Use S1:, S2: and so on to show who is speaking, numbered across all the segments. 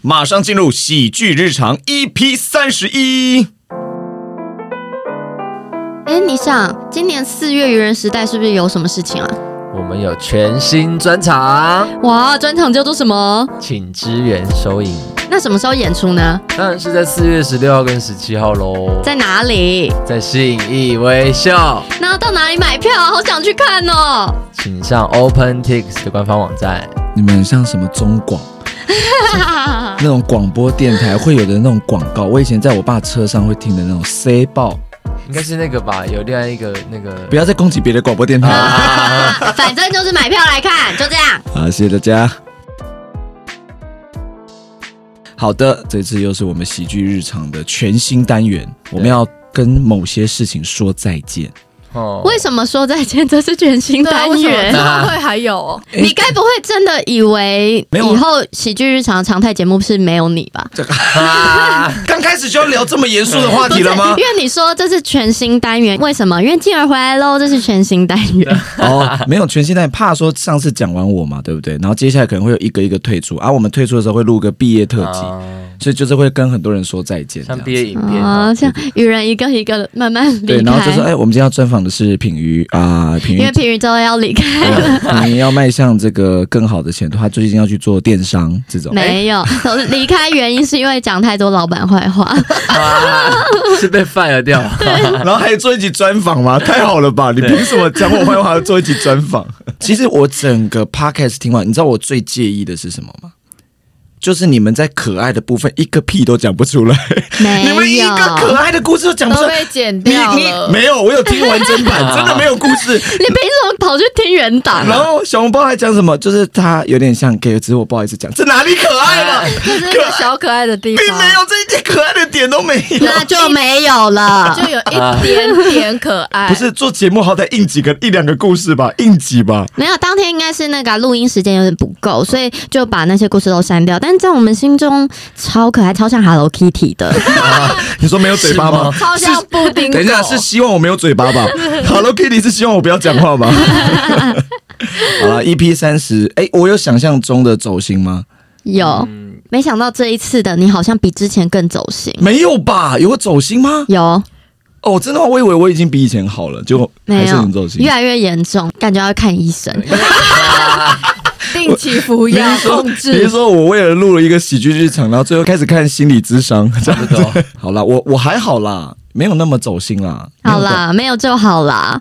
S1: 马上进入喜剧日常 EP 三十一。
S2: 哎，你想，今年四月愚人时代是不是有什么事情啊？
S3: 我们有全新专场，
S2: 哇，专场叫做什么？
S3: 请支援收影，
S2: 那什么时候演出呢？
S3: 当然是在四月十六号跟十七号喽，
S2: 在哪里？
S3: 在信义微笑，
S2: 那到哪里买票啊？好想去看哦！
S3: 请上 OpenTix 的官方网站。
S4: 你们很像什么中广那种广播电台会有的那种广告，我以前在我爸车上会听的那种 C 报，
S3: 应该是那个吧，有另外一个那个，
S4: 不要再攻击别的广播电台了。
S2: 啊 反正就是买票来看，就这样。
S4: 好，谢谢大家。好的，这次又是我们喜剧日常的全新单元，我们要跟某些事情说再见。
S3: 哦
S2: 为什么说再见？这是全新
S5: 对啊，
S2: 单
S5: 为什么
S2: 元。
S5: 之后会还有哦？
S2: 你该不会真的以为
S4: 没有啊
S2: 以后喜剧日常常态节目是没有你吧？
S3: 啊
S4: 刚开始就要聊这么严肃的话
S2: 不是，因为你说这是全新单元，为什么？因为静儿回来喽，这是全新单元。
S4: 哦，没有全新单，怕说上次讲完我嘛，对不对？然后接下来可能会有一个一个退出，啊，我们退出的时候会录个毕业特辑，
S3: 啊
S4: 所以就是会跟很多人说再见，这
S3: 像
S4: 样
S3: 毕业影片
S2: 啊，
S3: 哦，
S2: 像愚人一个一个地慢慢
S4: 对，
S2: 离
S4: 然后就说，
S2: 开，
S4: 哎，我们今天要专访的是品瑜啊，品哎
S2: 因为
S4: 瑜。
S2: 平宇宙要离开了。
S4: 你要迈向这个更好的前途，他最近要去做电商这种。
S2: 没有，离开原因是因为讲太多老板坏话。
S3: 啊是被 fire 掉，
S1: 然后还做一集专访吗？太好了吧！你凭什么讲我坏话还要做一集专访？
S4: 其实我整个 podcast 听完，你知道我最介意的是什么吗？就是你们在可爱的部分一个屁都讲不出来， 你们
S2: 没
S4: 一
S2: 有，
S4: 个可爱的故事都讲不出
S5: 哎都
S4: 来。
S5: 被剪
S4: 你
S5: 掉
S4: 你
S5: 了。
S4: 没有，我有听完整 版，真的没有故事。
S2: 你凭什么跑去听原档
S4: 然
S2: 啊？
S4: 后小红包还讲什么？就是他有点像 gay，只是我不好意思讲，这哪里可爱了？
S5: 这是一个小可爱的地
S4: 并没
S5: 方，
S4: 有这一点可爱的点都没有。
S2: 那就没 有了。
S5: 就有
S4: 啊
S5: 一点点可爱。
S1: 不是做节目好歹应几个一两个故事吧，应几吧。
S2: 没有，当天应该是那个啊录、音时间有点不够，所以就把那些故事都删掉。但在我们心中，超可爱，超像 Hello Kitty 的。
S1: 你说没有嘴巴吗？
S5: 超像布丁狗。
S4: 等一下，是希望我没有嘴 巴吧？Hello Kitty 是希望我不要讲话吧？好了，EP 三十，哎，我有想象中的走心吗？
S2: 有，
S4: 嗯
S2: 没想到这一次的你好像比之前更走心。
S4: 没有吧？有走心吗？
S2: 有，
S4: 哦，真的吗？我以为我已经比以前好了，就还
S2: 没
S4: 是
S2: 有
S4: 很走，心
S2: 越。来越严重，感觉要看医生。
S5: 定期服
S4: 你
S5: 药
S4: 是说，
S5: 控
S4: 你是
S5: 制。
S4: 说我为了录了一个喜剧日常，然后最后开始看心理智商？这样
S3: 不多
S4: 好啦，我我还好啦，没有那么走心啦。
S2: 好啦，没有就好啦。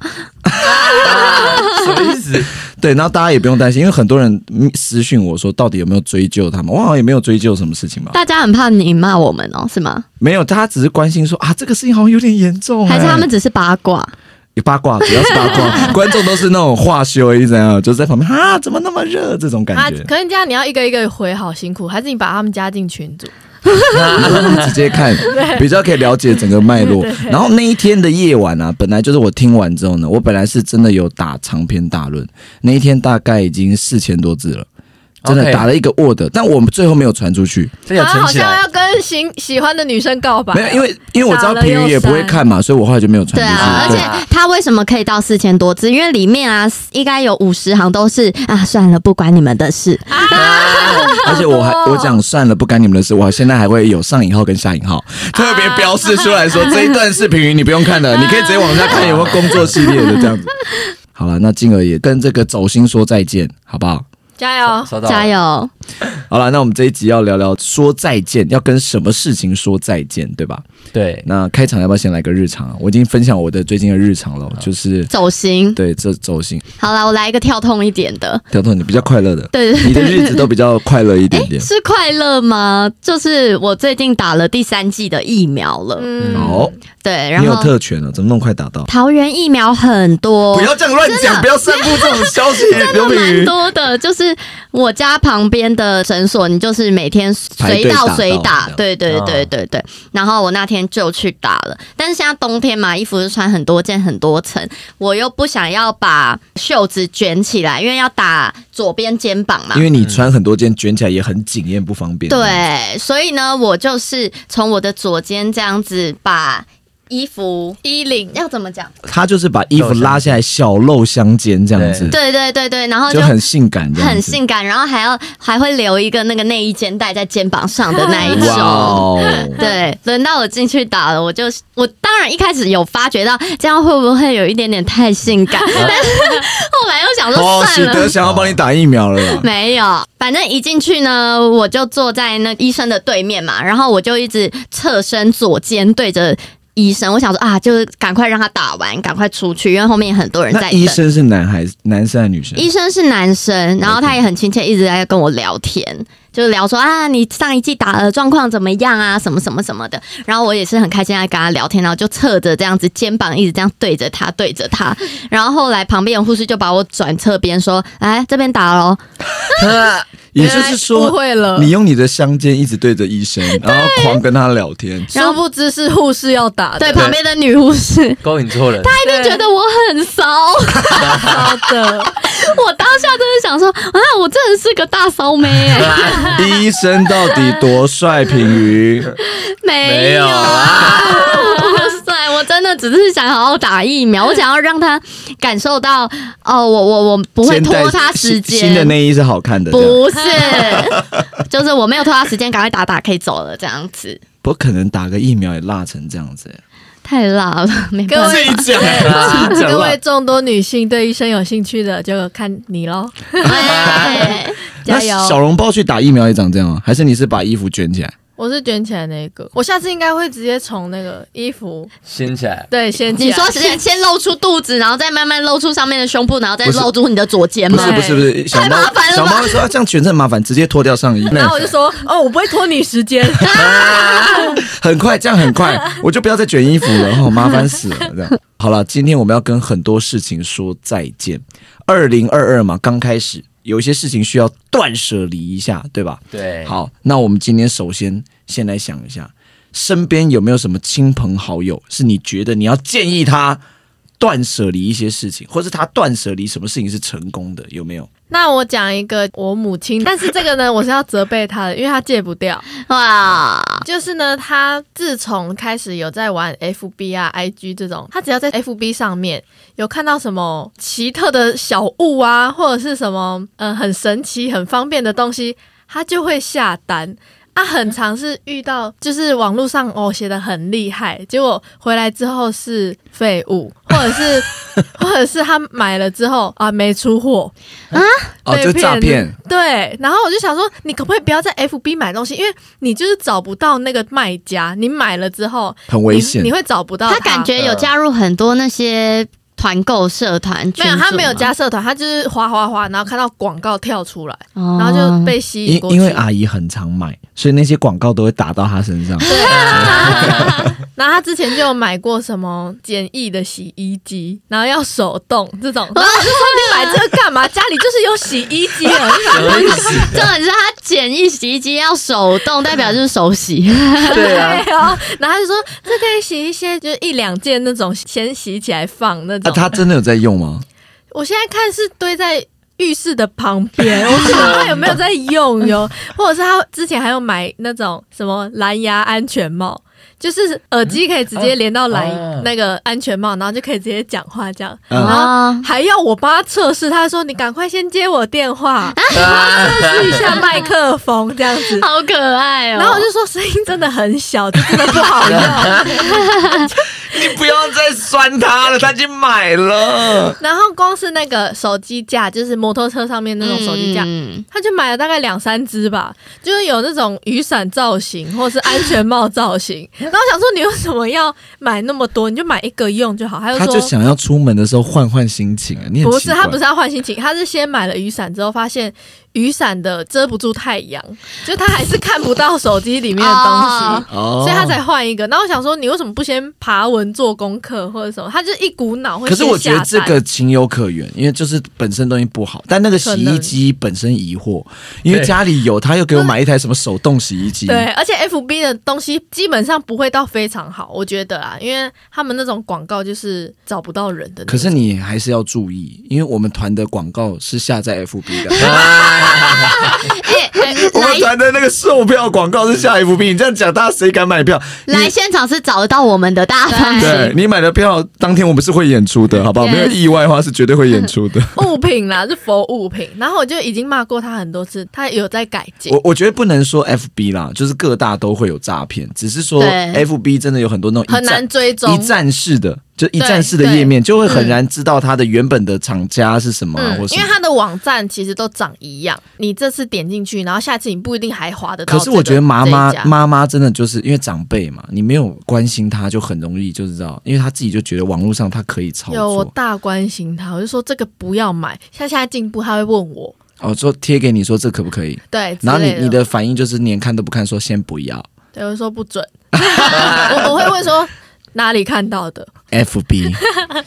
S3: 什么意思？
S4: 对，然后大家也不用担心，因为很多人嗯私讯我说到底有没有追究他们，我好像也没有追究什么事情吧。
S2: 大家很怕你骂我们哦，是吗？
S4: 没有，他只是关心说啊，这个事情好像有点严重、欸，
S2: 还是他们只是八卦？
S4: 有八卦，主要是八 卦，观众都是那种话修一怎样，就在旁边啊，怎么那么热这种
S5: 啊
S4: 感觉，，
S5: 可是这样你要一个一个回，好辛苦。还是你把他们加进群组？
S4: 直接 看比较可以了解整个脉络。然后那一天的夜晚啊，本来就是我听完之后呢，我本来是真的有打长篇大论，那一天大概已经四千多字了。真的
S3: OK
S4: 打了一个 Word，但我们最后没有传出去，
S3: 这有
S5: 啊
S3: 存
S5: 好
S3: 起
S5: 像
S3: 来
S5: 要，跟喜喜欢的女生告白。
S4: 没有，因为因为我知道
S5: 打了
S4: 评语也
S5: 又
S4: 不会
S5: 删
S4: 看嘛，所以我后来就没有传
S2: 对
S4: 出去。
S2: 啊，而
S4: 嗯对
S2: 且他为什么可以到四千多字？因为里面啊，应该有五十行都是啊，算了，不管你们的事。
S4: 而且我还
S5: 好多
S4: 我
S5: 哦
S4: 讲算了，不干你们的事。我现在还会有上引号跟下引 号，特别标示出来说这一段视频你不用看了， 你可以直接往下看有没有工作系列的这样子。好了，那静儿也跟这个走心说再见，好不好？
S5: 加油！
S4: 哦
S3: 收到了
S2: 加油！
S4: 好了，那我们这一集要聊聊说再见，要跟什么事情说再见，对吧？
S3: 对，
S4: 那开场要不要先来个日常啊？我已经分享我的最近的日常了，就是
S2: 走心。
S4: 对这走心，
S2: 好啦，我来一个跳痛一点的。
S4: 跳动你比较快乐的，
S2: 对对
S4: 你的日子都比较快乐一 点点。
S5: 哎
S2: 是快乐吗？就是我最近打了第三季的疫苗了，
S5: 嗯，
S4: 好，
S2: 对，
S4: 你
S2: 然
S4: 有
S2: 后
S4: 特权了，怎么那么快打到？
S2: 桃园疫苗很多
S1: 不，要这样乱
S2: 哦真
S1: 讲，
S2: 的
S1: 不要散布这种消 息，刘品
S2: 蛮
S1: 瑜。
S2: 多的，就是我家旁边的诊所，你就是每天随到随打
S4: 排队打到，
S2: 对对对对对。然后我那天就去打了，但是现在冬天嘛，衣服就穿很多件很多层，我又不想要把袖子卷起来，因为要打左边肩膀嘛
S4: 因。为你穿很多件卷起来也很紧，也很不方便。
S2: 对，所以呢，我就是从我的左肩这样子把。衣服
S5: 衣领
S2: 要怎么讲？
S4: 他就是把衣服拉下来，小露香肩这样子，
S2: 对对对对，然后
S4: 就
S2: 就
S4: 很性感这样子，
S2: 很性感，然后还要还会留一个那个内衣肩带在肩膀上的那一
S4: 哇
S2: 种。
S4: 哦，
S2: 对，轮到我进去打了，我就我当然一开始有发觉到这样会不会有一点点太性感，但是 后来又想说
S4: 啊哦，
S2: 算
S4: 喜
S2: 了，
S4: 德想要帮你打疫苗了啦。
S2: 没有，反正一进去呢，我就坐在那医生的对面嘛，然后我就一直侧身左肩对着医生，我想说啊，就是赶快让他打完，赶快出去，因为后面很多人在
S4: 那
S2: 等
S4: 医。生是男孩子，男生还是女生？
S2: 医生是男生，然后他也很亲切，一直在跟我聊天，就是聊说啊，你上一季打了状况怎么样啊，什么什么什么的。然后我也是很开心在跟他聊天，然后就侧着这样子，肩膀一直这样对着他，对着他。然后后来旁边有护士就把我转侧边说，来这边打喽。
S4: 也就是
S5: 误
S4: 说，
S5: 会了，
S4: 你用你的香肩一直对着医生，然后狂跟他聊天。
S5: 殊不知是护士要打的，
S2: 对，旁边的女护士，
S3: 勾引错人，
S2: 他一定觉得我很骚。
S5: 好的，
S2: 我当下真的想说啊，我真的是个大骚妹哎、
S4: 医生到底多帅？品瑜，
S2: 没有啊，对，我真的只是想好好打疫苗，我想要让他感受到哦，我我我不会
S4: 肩带
S2: 拖他时
S4: 新新的
S2: 间。
S4: 内衣是好看的，这样
S2: 不是， 就是我没有拖他时间，赶快打打可以走了，这样子
S4: 不可能打个疫苗也辣成这样子。
S2: 太辣了，没办
S5: 各
S2: 法。
S5: 位
S4: 讲，
S3: 啊
S4: 自己
S5: 各位众多女性对医生有兴趣的，就看你喽，
S2: 对
S5: 加
S4: 那小
S5: 油！
S4: 笼包去打疫苗也长这样啊吗？还是你是把衣服卷起来？
S5: 我是卷起来那个，我下次应该会直接从那个衣服
S3: 掀起来，
S5: 对先
S4: 啊
S2: 你说先先露出肚子，然后再慢慢露出上面的胸部，然后再露出你的左
S5: 嗯
S2: 肩
S4: 不
S2: 吗
S4: 是？不是不 是，小
S2: 太
S4: 猫
S2: 麻烦了
S4: 小
S2: 吧
S4: 猫说啊这样卷真的麻烦，直接脱掉上衣。
S5: 然后我就说，哦，我不会拖你时间，
S4: 很快，这样很快，我就不要再卷衣服了，好、麻烦死了。这样好了，今天我们要跟很多事情说再见。二零二二嘛，刚开始有一些事情需要断舍离一下，对吧？
S5: 哎
S3: 对，
S4: 好，那我们今天首先先来想一下，身边有没有什么亲朋好友是你觉得你要建议他断舍离一些事情，或是他断舍离什么事情是成功的？有没有？
S5: 那我讲一个我母亲，但是这个呢，我是要责备她的，因为她戒不掉。
S2: 哇，
S5: 就是呢，她自从开始有在玩 FB 啊、IG 这种，她只要在 FB 上面有看到什么奇特的小物啊，或者是什么嗯、呃很神奇、很方便的东西，她就会下单。啊，很常是遇到，就是网络上哦写的很厉害，结果回来之后是废物，或者是或者是她买了之后啊没出货，
S4: 哦，
S5: 被
S4: 这诈骗。
S5: 对，然后我就想说，你可不可以不要在 FB 买东西？因为你就是找不到那个卖家，你买了之后
S4: 很危险
S5: 你，你会找不到
S2: 他感觉有加入很多那些团购社团，
S5: 没有，他没有
S2: 群组吗，
S5: 加社团，他就是滑滑滑，然后看到广告跳出来，
S2: 然
S5: 然后就被吸引
S4: 因
S5: 过去。
S4: 哦因为啊阿姨很常买，所以那些广告都会打到她身 上。
S5: 对啊， 然后他之前就有买过什么简易的洗衣机，然后要手动 这
S2: 哦
S5: 种，然后我就说你买这个干嘛？家里就是有洗衣机了，你买
S3: 什么意思？
S2: 重点是他简易洗衣机要手动，代表就是手 洗。
S3: 对啊，
S5: 哦，然后他就说这可以洗一些，就是一两件那种，先洗起来放那
S4: 啊，
S5: 种。
S4: 她真的有在用吗？
S5: 我现在看是堆在浴室的旁 边，我不知道他有没有在用哟，或者是他之前还有买那种什么蓝牙安全帽。就是耳机可以直接连到蓝
S3: 嗯啊
S5: 那个安全帽，然后就可以直接讲话这样，
S4: 嗯
S5: 然后还要我帮他测试，他说你赶快先接我电
S3: 啊
S5: 话，测试一下麦克风这样 子，
S3: 哎
S2: 好可爱哦！
S5: 然后我就说声音真的很小，就真的不好用。
S4: 你不要再酸她了，她已经买了。
S5: 然后光是那个手机架，就是摩托车上面那种手机架，
S2: 嗯
S5: 他就买了大概两三只吧，就是有那种雨伞造型或是安全帽 造型。然后我想说，你为什么要买那么多？你就买一个用就好。他就
S4: 她
S5: 说，
S4: 就想要出门的时候换换心情啊，你很
S5: 不是，
S4: 奇怪
S5: 他不是要换心情，他是先买了雨伞之后，发现雨伞的遮不住太阳，就他还是看不到手机里面的东西。
S2: 哦
S4: 哦，
S5: 所以他才换一个，那我想说，你为什么不先爬文做功课或者什么？他就一股脑会
S4: 可
S5: 先
S4: 是
S5: 下单。
S4: 我觉得这个情有可原，因为就是本身东西不好，但那个洗衣机本身疑惑，因为
S3: 对
S4: 家里有，他又给我买一台什么手动洗衣机，
S5: 对，而且 FB 的东西基本上不会到非常好，我觉得啦，因为他们那种广告就是找不到人的那种。
S4: 可是你还 是要注意，因为我们团的广告是下在 FB 的，
S2: 哎、哎、 哎
S4: 啊我们
S2: 来
S4: 团的那个售票广告是下 FB，你这样讲，大家谁敢买票？
S2: 来现场是找得到我们的，大家
S5: 哎
S2: 放
S4: 对
S2: 心。
S4: 你买的票，当天我们是会演出的，好不好？
S2: Yes
S4: 没有意外的话，是绝对会演出的。
S5: 物品啦，是佛物品。然后我就已经骂过他很多次，他有在改进
S4: 我。我觉得不能说 FB 啦，就是各大都会有诈骗，只是说
S2: 对
S4: FB 真的有很多那种一
S5: 很
S4: 站
S5: 难追踪
S4: 一站式的，就一
S5: 对
S4: 站式的页面，就会很难知道它的原本的厂家是什么啊，
S5: 嗯
S4: 或，什
S5: 因
S4: 么
S5: 为。它的网站其实都长一样，你这次点进去，然后下次你不一定还划得到
S4: 可
S5: 这个。
S4: 是我觉得妈妈
S5: 这一家
S4: 妈妈真的就是因为长辈嘛，你没有关心她，就很容易就知道，因为她自己就觉得网络上她可以操
S5: 有我
S4: 作。
S5: 大关心他，我就说这个不要买，像现在进步他会问我，
S4: 哦，说贴给你说这可不可以？
S5: 对，之
S4: 然后你
S5: 类
S4: 你的反应就是连看都不看，说先不要。
S5: 对，我就说不准， 我我会问说哪里看到的，
S4: FB，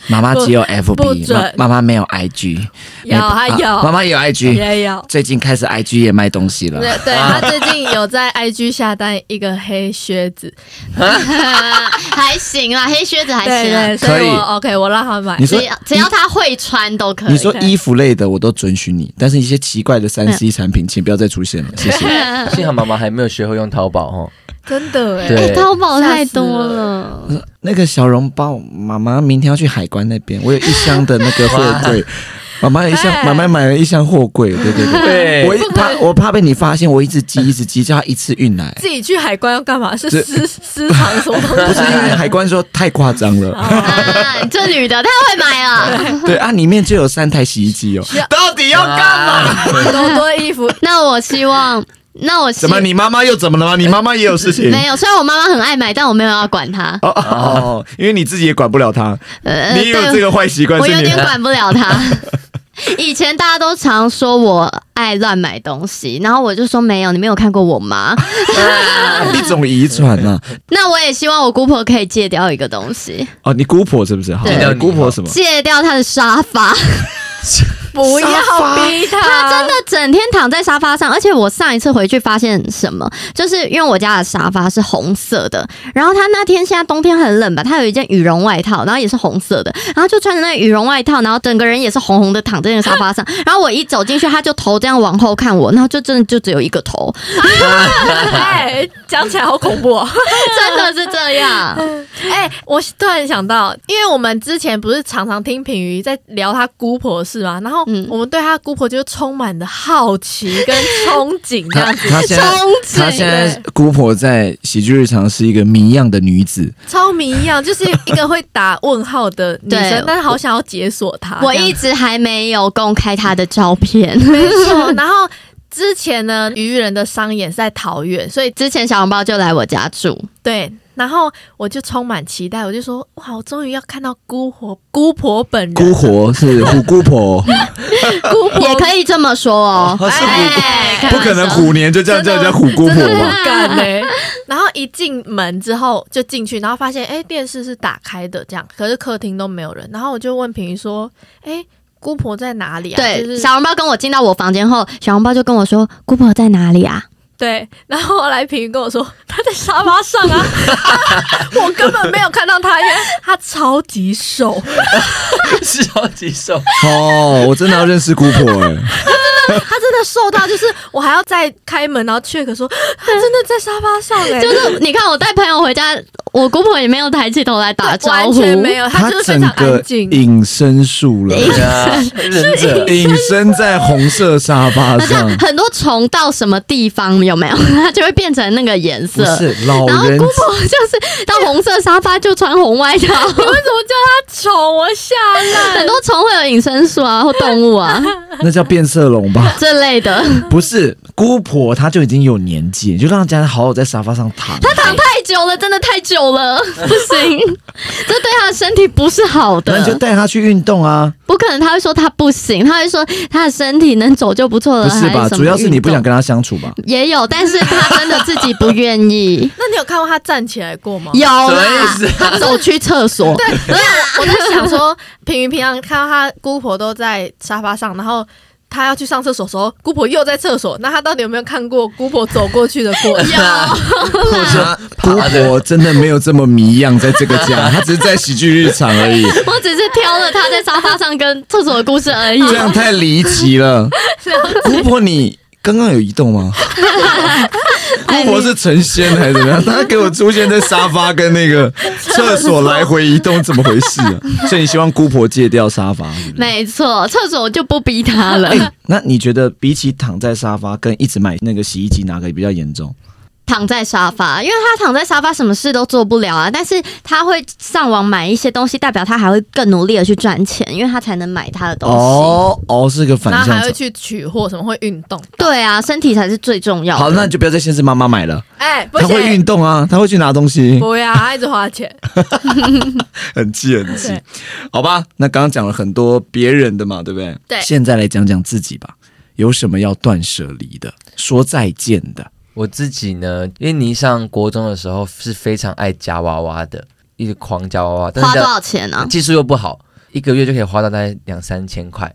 S4: 妈妈
S5: 不
S4: 只有
S5: 不
S4: FB，妈
S5: 准
S4: 妈妈没有 IG，
S5: 有
S4: 哎
S5: 还有
S4: 啊妈妈也有 IG，
S5: 也 有。
S4: 最近开始 IG 也卖东西了
S5: 对。对，他最近有在 IG 下单一个黑靴子，
S2: 啊还行啦，黑靴子还
S5: 对
S2: 行啦
S5: 对，，所
S4: 可以
S5: 以我 OK，我让他买
S4: 你。
S2: 只
S4: 说
S2: 要只要他会穿都可以。
S4: 你说衣服类的我都准许你，但是一些奇怪的三
S2: 嗯
S4: C 产品，请不要再出 现了，谢谢。
S3: 幸好妈妈还没有学会用淘宝哦。
S5: 真的哎、
S3: 对
S2: 哎，淘宝太多了，
S4: 那个小笼包，妈妈明天要去海关那边，我有一箱的 那个货柜，妈妈有一箱，
S5: 哎
S4: 妈妈买了一箱货柜，对对对。
S3: 对
S4: 我一怕我怕被你发现，我一直寄一直寄，叫他一次运 来，
S5: 自己去海关要干嘛？是
S4: 这
S5: 私私藏什么东
S4: 不
S5: 西？
S4: 是因为海关说太夸张了。
S2: 啊，你这女的太会买了。
S4: 对啊，里面就有三台洗衣机哦。到底要干嘛？
S5: 多多衣服，
S2: 那我希望，那我希
S4: 怎么？你妈妈又怎么了吗？你妈妈也有事情。
S2: 没有，虽然我妈妈很爱买，但我没有要管她。
S4: 哦哦哦，因为你自己也管不了她，
S2: 呃，
S4: 你也有
S2: 对
S4: 这个坏习惯，
S2: 我
S4: 是
S2: 有
S4: 你
S2: 点管不了他。 以前大家都常说我爱乱买东西，然后我就说没有，你没有看过我吗？
S4: 一种遗传啊。
S2: 那我也希望我姑婆可以戒掉一个东西，
S4: 哦，你姑婆是不是？好，
S2: 对
S4: 你姑婆什么？
S2: 戒掉她的沙发。
S5: 不要逼他。
S2: 她真的整天躺在沙发上，而且我上一次回去发现什么，就是因为我家的沙发是红色的，然后她那天现在冬天很冷吧，她有一件羽绒外套，然后也是红色的，然后就穿着那羽绒外套，然后整个人也是红红的躺在那个沙发上， 然后我一走进去，她就头这样往后看我，然后就真的就只有一个头，
S5: 哎，讲起来好恐怖哦！
S2: 真的是这样。
S5: 哎、我突然想到，因为我们之前不是常常听品瑜在聊她姑婆的事嘛，然后
S2: 嗯
S5: 我们对她姑婆就充满了好奇跟憧 憬这
S4: 她她
S5: 样子，
S4: 现在
S2: 憧憬
S4: 她现在姑婆在喜剧日常是一个谜样的女子，
S5: 超迷一样，就是一个会打问号的女
S2: 对
S5: 生，但是好想要解锁她。
S2: 我
S5: 这样
S2: 一直还没有公开他的照片。
S5: 没 错，然后。之前呢，于人的商演是在桃园，所以
S2: 之前小笼包就来我家住，
S5: 对，然后我就充满期待，我就说哇，我终于要看到姑婆姑婆本人，
S4: 姑婆是虎姑 婆，
S5: 姑婆
S2: 也可以这么说哦。
S4: 她是
S5: 哎
S4: 虎，
S2: 哎
S4: 不可能虎年就这样叫人家虎姑婆
S5: 真的
S4: 吧？
S5: 不敢呢、欸然后一进门之后就进去，然后发现哎、电视是打开的，这样，可是客厅都没有人。然后我就问平瑜说：“哎、姑婆在哪里啊？”就
S2: 对，
S5: 是
S2: 小笼包跟我进到我房间后，小笼包就跟我说：“姑婆在哪里啊
S5: 对。然后后来平瑜跟我说：“她在沙发上 啊，我根本没有看到她，因为她超级瘦，
S3: 是超级瘦，
S4: 哦，我真的要认识姑婆哎。
S5: 她真的瘦到就是我还要再开门然后 check 说她真的在沙发上哎、？”
S2: 就是你看，我带朋友回家，我姑婆也没有抬起头来打招
S5: 完
S2: 呼，
S5: 全没有，她
S4: 她
S5: 就是非
S4: 整
S5: 常
S4: 个
S5: 安静。
S4: 隐身术了，
S3: 对啊，忍者
S4: 隐身在红色沙发
S2: 好像
S4: 上。
S2: 很多虫到什么地方有没 有，它就会变成那个颜
S4: 不
S2: 色。
S4: 是老
S2: 然后
S4: 人
S2: 姑婆就是到红色沙发就穿红外套，
S5: 为什么叫她丑？我吓烂。
S2: 很多虫会有隐身术啊，或动物 啊
S4: 那叫变色龙吧？
S2: 这类的。
S4: 不是姑婆，她就已经有年纪，你就让家好好在沙发上躺。她
S2: 躺太久了，真的太久了， 不行，这对他的身体不是好
S4: 那你就
S2: 的。
S4: 带她去运动啊！
S2: 不可能，他会说他不行，他会说他的身体能走就不错了，
S4: 不是
S2: 还
S4: 吧？
S2: 什么
S4: 主要是你不想
S2: 运
S4: 跟她相处吧？
S2: 动。也有，但是他真的自己不愿意。
S5: 那你有看过他站起来过吗？
S2: 有
S3: 什么
S2: 啦
S3: 意思啊，
S2: 他走去厕所，啊
S5: 我在想说，平云平常看到他姑婆都在沙发上，然后他要去上厕所的时候，姑婆又在厕所，那他到底有没有看过姑婆走过去的过程？
S4: 或者姑婆真的没有这么迷样在这个家，她只是在喜剧日常而 已。
S2: 我只是挑了他在沙发上跟厕所的故事而已
S4: 这。样太离奇了，姑婆你。刚刚有移动吗？
S2: 哎
S4: 姑婆是成仙还是怎么 样？她给我出现在沙发跟那个厕所来回移动，怎么回事 啊？所以你希望姑婆戒掉沙发？是不是
S2: 没错，厕所我就不逼他了。
S4: 那你觉得比起躺在沙发跟一直买那个洗衣机，哪个比较严重？
S2: 躺在沙发，因为他躺在沙发什么事都做不了啊。但是他会上网买一些东西，代表他还会更努力的去赚钱，因为他才能买他的东西。
S4: 哦哦，是个反
S5: 然后还
S4: 向
S5: 会
S4: 走。
S5: 去取货，什么会运动？
S2: 对啊，身体才是最重要的。
S4: 好，那你就不要再限制妈妈买了，
S5: 哎，不
S4: 她会运
S5: 行，
S4: 动啊，她会去拿东西，
S5: 不要，他一直 花钱。
S4: 很气很气
S5: 对。
S4: 好吧，那刚刚讲了很多别人的嘛，对不对？
S5: 对
S4: 现在来讲讲自己吧，有什么要断舍离的，说再见的？
S3: 我自己呢，因为你上国中的时候是非常爱夹娃娃的，一直狂夹娃娃，但
S2: 花
S3: 是
S2: 多少钱呢、啊？
S3: 技术又不好，一个月就可以花到大概两三千块。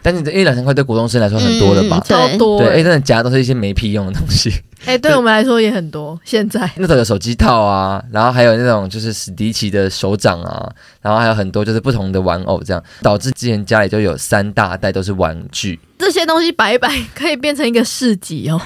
S3: 但是因为两千块对国中生来说很多了吧？
S2: 嗯对
S5: 超多
S3: 对，哎、
S5: 欸。
S3: 真的夹的都是一些没屁用的东西。
S5: 哎，对我们来说也很多。现在
S3: 那时候有手机套啊，然后还有那种就是史迪奇的手掌啊，然后还有很多就是不同的玩偶，这样导致之前家里就有三大袋都是玩具。
S5: 这些东西摆一摆，可以变成一个市集 哦，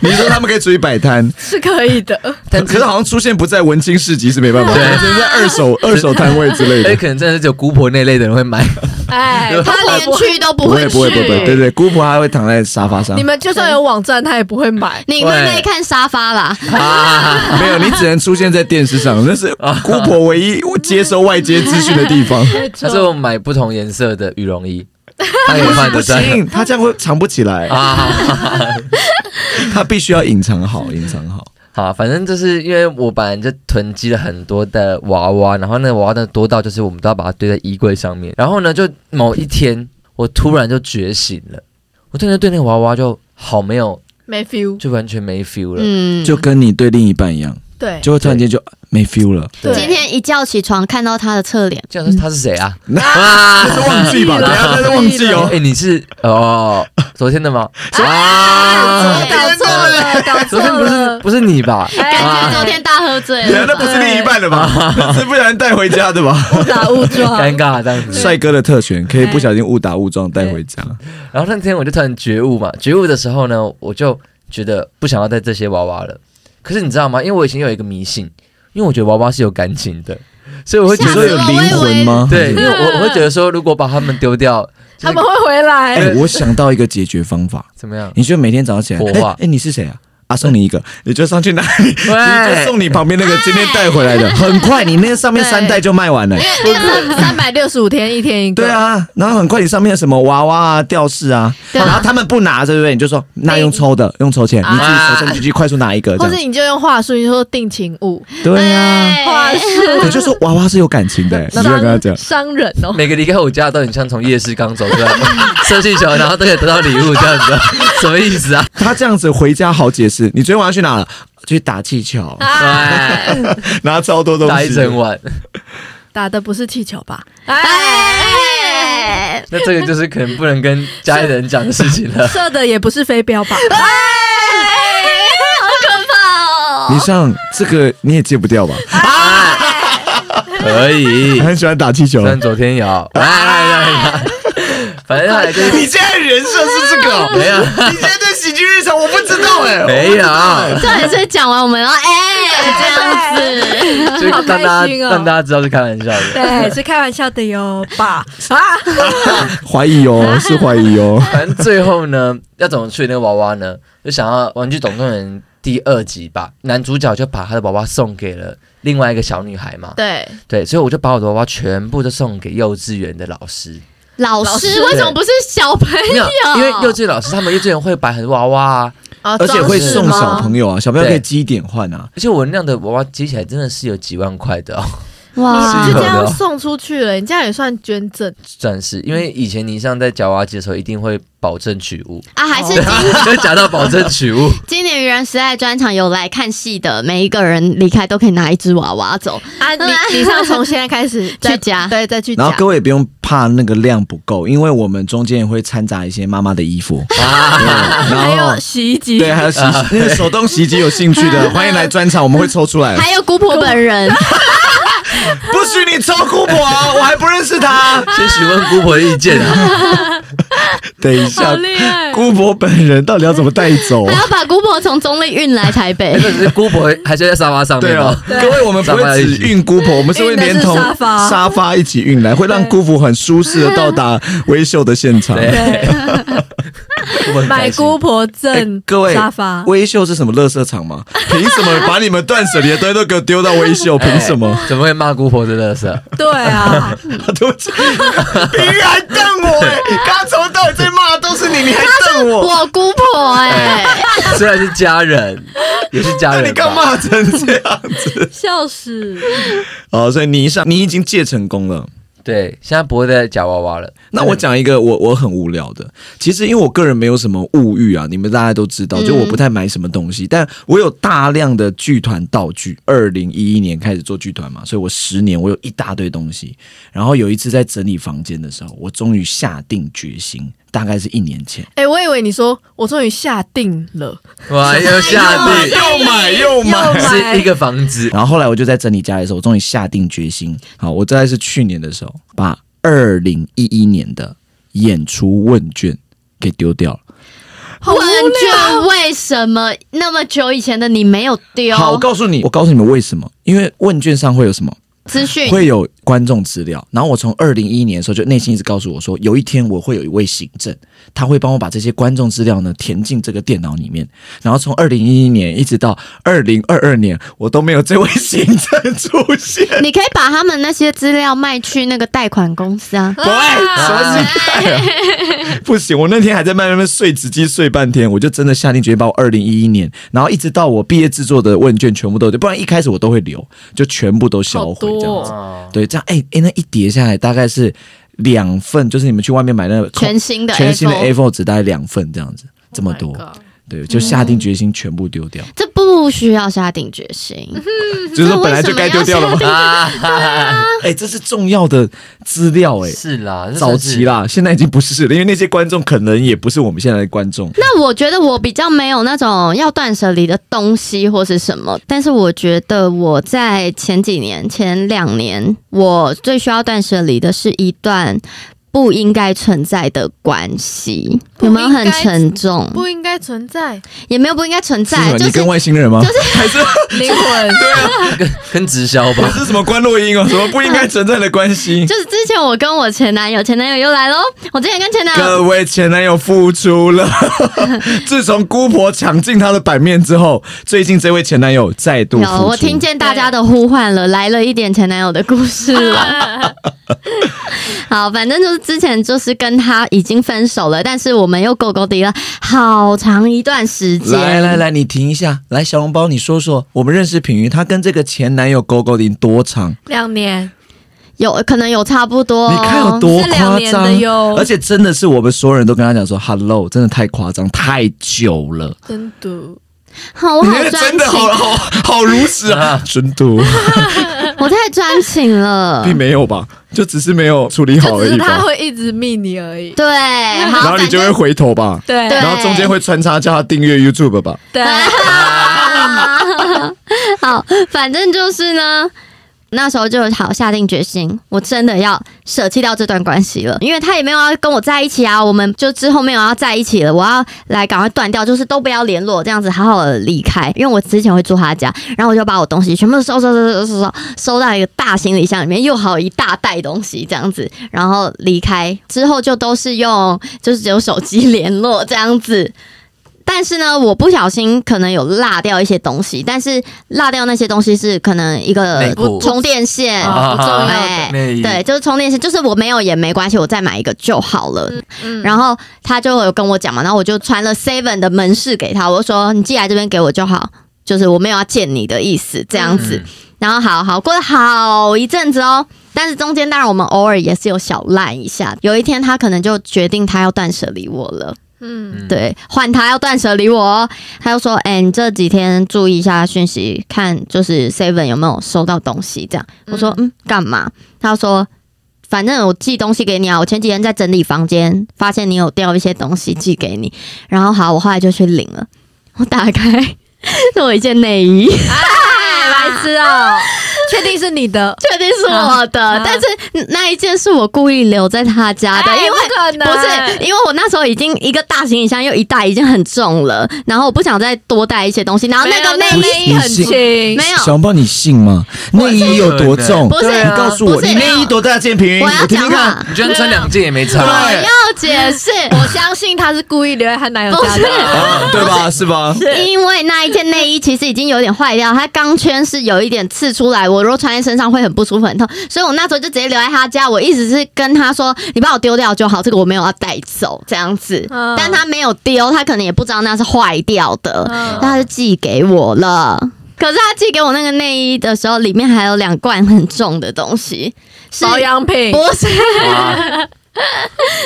S4: 你说他们可以出去摆摊，
S5: 是可 以的。
S3: 但
S4: 可是好像出现不在文青市集是没办法，
S3: 对哎
S4: 只能在二手二手摊位之类
S3: 而且
S4: 的。
S3: 可能真的是只有姑婆那类的人会 买。
S5: 哎，
S2: 他连去都不
S4: 不
S2: 会
S4: 会
S2: 去。
S4: 不会不会，对对对，姑婆还会躺在沙发上
S5: 你。们就算有网站，他也不会买。
S2: 你妹妹看沙发啦，
S4: 啊，没有，你只能出现在电视上，那是姑婆唯一接收外界资讯的地方。
S3: 他说我买不同颜色的羽绒衣，他也换
S4: 哎不
S3: 的在
S4: 行，她这样会藏不起来，
S3: 啊。
S4: 她必须要隐藏好，隐藏好。
S3: 好，反正就是因为我本来就囤积了很多的娃娃，然后那个娃娃呢多到就是我们都要把它堆在衣柜上面。然后呢，就某一天我突然就觉醒了，我突然就对那个娃娃就好没有，
S5: 没 feel，
S3: 就完全没 feel 了。
S2: 嗯，
S4: 就跟你对另一半一样，
S5: 对，啊
S4: 就会突然间就没 feel 了，
S5: 对
S2: 今天一觉起床看到他的侧脸，
S3: 这样说他是 谁啊？
S4: 这是忘记吧？等一下这是忘记
S3: 哎、
S4: 哦。
S3: 你是哦，昨天的吗？
S2: 啊
S5: 搞错了，哎搞错
S3: 昨天不是
S5: 了。
S3: 不是你吧？
S2: 感觉昨天大喝醉
S4: 原来那
S2: 了。
S4: 不是另一半了吧？那是不小心带回家的吧？
S5: 误打误撞，
S3: 尴尬这样子。
S4: 帅哥的特权可以不小心误打误撞带回家。
S3: 然后那天我就突然觉悟嘛，觉悟的时候呢，我就觉得不想要带这些娃娃了。可是你知道吗？因为我以前有一个迷信，因为我觉得娃娃是有感情的，所以我会觉
S4: 你
S2: 吓
S4: 说
S2: 死
S3: 得
S5: 啊
S4: 有灵魂吗？
S3: 对，因为我我会觉得说，如果把它们丢掉，就
S5: 他
S3: 是
S5: 们会回来。
S4: 哎，我想到一个解决方法，
S3: 怎么样？
S4: 你就每天早上起来，
S3: 火化
S4: 哎哎，你是谁啊？啊，送你一个，你就上去拿，你就送你旁边那个今天带回来的，很快，你那个上面三袋就卖完了。
S5: 因为三三百六十五天，一天一个。
S4: 对，啊，然后很快你上面有什么娃娃啊、吊饰啊，啊
S2: 对啊
S4: 然后他们不拿，对不对？你就说那用抽的，用抽签，你自己手伸进去，快速拿一个，这
S5: 或
S4: 样
S5: 者你就用话术，你说定情物，
S4: 对啊，
S5: 话
S2: 对，
S5: 术
S4: 我就说娃娃是有感情的，你就跟他讲
S5: 伤。伤人哦。
S3: 每个离开我家的都很像从夜市刚走出 来，射气球，然后都可以得到礼物这样子， 什么意思 啊？
S4: 他这样子回家好解释。你昨天晚上去哪了？去打气 球，
S5: 啊
S3: 哎，
S4: 拿超多东西，
S3: 打一整晚，
S5: 打的不是气球吧？哎，
S2: 哎，
S3: 那这个就是可能不能跟家里人讲的事情 了。
S5: 射的也不是飞镖吧？
S2: 哎好可怕
S4: 你
S2: 哦！
S4: 像这个你也戒不掉吧？
S3: 可以
S4: 你，很喜欢打气球
S3: 虽。然昨天 有，哎哎哎哎反正后来就是
S4: 你现在人设是这个哦？
S3: 没有
S4: 你现在对喜剧日常我不知道哎。
S3: 没 有，
S2: 重点是讲完我们要哎这样子，
S3: 就
S5: 好
S3: 让大家
S5: 开心哦
S3: 让大家知道是开玩笑的。
S5: 对，是开玩笑的哟，爸啊！
S4: 怀疑哦，是怀疑 哦。
S3: 反正最后呢，要怎么处理那个娃娃呢？就想要《玩具总动员》第二集吧，男主角就把他的娃娃送给了另外一个小女孩嘛。
S5: 对，
S3: 对，所以我就把我的娃娃全部都送给幼稚园的老师。
S2: 老师为什么不是小朋
S5: 哎
S3: 没有
S2: 友？，
S3: 因为幼稚园老师他们幼稚园会摆很多娃娃啊，
S5: 啊
S4: 而且会送
S5: 装饰
S4: 小
S5: 吗
S4: 朋友啊，小朋友
S3: 对
S4: 可以积点换啊。
S3: 而且我那样的娃娃积起来真的是有几万块的哦，
S5: 你
S2: 哇
S5: 是
S3: 有
S5: 这
S3: 的
S5: 样送出去了，你这样也算捐赠。
S3: 算是。因为以前你像在夹娃娃机的时候，一定会保证取物，
S2: 啊，还是今
S3: 就夹到保证取物。
S2: 今年愚人时代专场有来看戏的，每一个人离开都可以拿一只娃娃走。
S5: 啊， 你你上从现 在开始再
S2: 去夹
S5: 对，再去
S4: 然
S5: 夹
S4: 后。各位也不用怕那个量不够，因为我们中间也会掺杂一些妈妈的衣服，对
S3: 啊
S5: 还
S4: 然后
S5: 有洗衣机，
S4: 对，还有洗那个手动洗衣机有兴趣的，欢迎来专场，我们会抽出来。
S2: 还有姑婆本人，
S4: 不许你抽姑婆，我还不认识她。
S3: 先询问姑婆意见啊。
S1: 等一
S5: 好
S1: 下，
S5: 厉害！
S1: 姑婆本人到底要怎么带走
S2: 还
S1: 啊？
S2: 要把姑婆从中立运来台北
S3: 原，本是姑婆还是在沙发上
S1: 对
S3: 面
S1: 啊
S3: 哦，，
S1: 各位，我们不会只运姑婆，我们是会连同
S5: 运的是沙发
S1: 沙发一起运来，会让姑婆很舒适的到达微秀的现场。
S3: 对
S5: 对，
S3: 我很开
S5: 买
S3: 心
S5: 姑婆
S1: 哎
S5: 赠
S4: 哎各位
S5: 沙发，
S4: 微秀是什么乐色场吗？
S1: 凭什么把你们断舍离的东西都给我丢到微秀？凭什么？
S3: 怎么会骂姑婆是垃圾？
S5: 对啊，
S1: 对不起，别人还瞪我哎、刚刚从头到尾在骂的都是你，你还瞪我，
S2: 我姑婆哎、
S3: 虽然是家人，也是家
S1: 那
S3: 人吧。
S1: 你干嘛成这 样子？
S5: 笑死！
S1: 哦，所以你一上你已经戒成功了。
S3: 对，现在不会再夹娃娃了。
S4: 那我讲一个我我很无聊的，其实因为我个人没有什么物欲啊，你们大家都知道，
S1: 嗯
S4: 就我不太买什么东西，但我有大量的剧团道具。二零一一年开始做剧团嘛，所以我十年我有一大堆东西。然后有一次在整理房间的时候，我终于下定决心，大概是一年前，
S5: 哎，我以为你说我终于下定了，
S3: 哇，又下地，
S1: 又买又
S5: 又
S1: 买，
S5: 买
S3: 是一个房子，
S4: 然后后来我就在整理家里的时候，我终于下定决心，好，我大概是去年的时候，把二零一一年的演出问卷给丢掉了。
S5: 好无
S2: 问
S5: 聊
S2: 卷为什么那么久以前的你没有丢
S4: 好，我告诉你，我告诉你们为什么？因为问卷上会有什么？
S2: 资讯？
S4: 会有观众资料。然后我从二零一一年的时候，就内心一直告诉我说，有一天我会有一位行政，他会帮我把这些观众资料呢填进这个电脑里面。然后从二零一一年一直到二零二二年，我都没有这位行政出现。
S2: 你可以把他们那些资料卖去那个贷款公司啊。
S1: 喂，什么心态啊？ 不行，我那天还在慢慢慢睡直机睡半天，
S4: 我就真的下定决心把我二零一一年，然后一直到我毕业制作的问卷全部都丢，不然一开始我都会留，就全部都销毁
S5: 好多哦
S4: 这样子。对，这样哎哎、那一叠下来大概是两份，就是你们去外面买那个
S2: 全新的
S4: 全新的
S2: A4
S4: A4 纸，大概两份这样子，这么多
S5: Oh my god
S4: 对，就下定决心全部丢掉。
S2: 这不需要下定决心，
S5: 嗯
S1: 就是说本来就该丢掉了吗？
S3: 啊，哈哈
S4: 哎、这是重要的资料哎、
S3: 是啦，这
S4: 早
S3: 真是
S4: 期啦，现在已经不是了，因为那些观众可能也不是我们现在的观众。
S2: 那我觉得我比较没有那种要断舍离的东西或是什么，但是我觉得我在前几年、前两年，我最需要断舍离的是一段不应该存在的关系，
S5: 不
S2: 有没有
S5: 应该
S2: 很沉重？
S5: 不应该存在
S2: 也没有不应该存
S4: 是什
S2: 在，
S4: 么
S2: 就
S4: 你
S2: 是
S4: 跟外星人吗？
S5: 灵魂，
S3: 跟直销
S1: 这
S3: 吧。
S1: 是什么关洛英哦？什么不应该存在的关系？
S2: 就是之前我跟我前男友，前男友又来喽。我之前跟前男友
S1: 各位前男友付出 了，自从姑婆抢进他的版面之后，最近这位前男友再度付
S2: 有，
S1: 出。
S2: 我听见大家的呼唤了，来了一点前男友的故事了。 好，反正就是之前就是跟他已经分手了，但是我们又勾勾搭了好长一段时间。
S4: 来来来，你停一下，来小笼包，你说说，我们认识品瑜，她跟这个前男友勾勾的多长？
S5: 两年，
S2: 有可能有差不多，哦
S4: 你看有多
S5: 是两
S4: 夸
S5: 年的
S4: 张
S5: 哟，
S4: 而且真的是我们所有人都跟他讲说，Hello，真的太夸张，太久了。
S5: 真的
S2: 好，我
S1: 你
S2: 好
S1: 那个
S2: 专
S1: 真的好
S2: 情，
S1: 好好如实 啊，真的
S2: 我太专情 了
S1: 并。没有吧？就只是没有处理好
S5: 就
S1: 而
S5: 只是
S1: 已
S5: 他
S1: 吧。
S5: 会一直密你而已。
S2: 对，
S1: 然
S2: 然
S1: 后你就会回头吧，
S5: 对
S2: 对
S1: 然后中间会穿插叫他订阅 YouTube 吧。
S5: 对，
S2: 好，反正就是呢，那时候就好下定决心，我真的要舍弃掉这段关系了，因为他也没有要跟我在一起啊，我们就之后没有要在一起了，我要来赶快断掉，就是都不要联络，这样子好好的离开。因为我之前会住他家，然后我就把我东西全部收收收收收收收到一个大行李箱里面，又好一大袋东西这样子，然后离开之后就都是用就是只有手机联络这样子。但是呢，我不小心可能有落掉一些东西，但是落掉那些东西是可能一个
S3: 内裤
S2: 充电线，
S5: 啊不重要
S2: 对
S5: 的
S3: 内衣
S2: 对，就是充电线，就是我没有也没关系，我再买一个就好了。
S5: 嗯
S2: 然后他就有跟我讲嘛，然后我就传了 Seven 的门市给他，我就说你寄来这边给我就好，就是我没有要见你的意思，这样子。
S3: 嗯
S2: 然后好好过了好一阵子哦，但是中间当然我们偶尔也是有小烂一下。有一天他可能就决定他要断舍离我了。
S5: 嗯，
S3: 嗯，
S2: 对，换他要断舍离我哦，他就说：“哎、你这几天注意一下讯息，看就是 Seven 有没有收到东西。”这样，我说：“嗯，干嘛？”他说：“反正我寄东西给你啊，我前几天在整理房间，发现你有掉一些东西寄给你，然后好，我后来就去领了， 我打开是我一件内衣，
S5: 哎，白痴哦，
S2: 全
S6: 确定是你 的？
S2: 确定是我的
S6: 啊，
S2: 但是那一件是我故意留在他家的，
S5: 哎
S2: 因为
S5: 不可能
S2: 不是因为我那时候已经一个大行李箱又一袋已经很重了，然后我不想再多带一些东西，然后那个
S5: 没
S2: 内
S5: 有
S2: 内
S5: 内衣很
S4: 不是
S5: 轻，
S2: 没有，
S4: 小猫，你信吗？内衣有多重？
S2: 不是
S4: 你告诉我，
S2: 不是
S4: 你内衣多大件？平云，
S2: 我要
S4: 听听
S2: 讲
S4: 看。
S2: 话，
S3: 你觉得穿两件也没
S2: 我
S3: 差，
S2: 要解释。
S6: 我相信他是故意留在他男友家
S2: 不
S6: 的。
S4: 啊，对吧？是吧？
S2: 因为那一件内衣其实已经有点坏掉，它钢圈是有一点刺出来，我如果穿在身上会很不舒服、很痛，所以我那时候就直接留在他家。我一直是跟他说：“你把我丢掉就好，这个我没有要带走。”这样子，
S5: 嗯
S2: 但他没有丢，他可能也不知道那是坏掉的，
S5: 嗯
S2: 但他就寄给我了。可是他寄给我那个内衣的时候，里面还有两罐很重的东西，是
S5: 保养品
S2: 不是？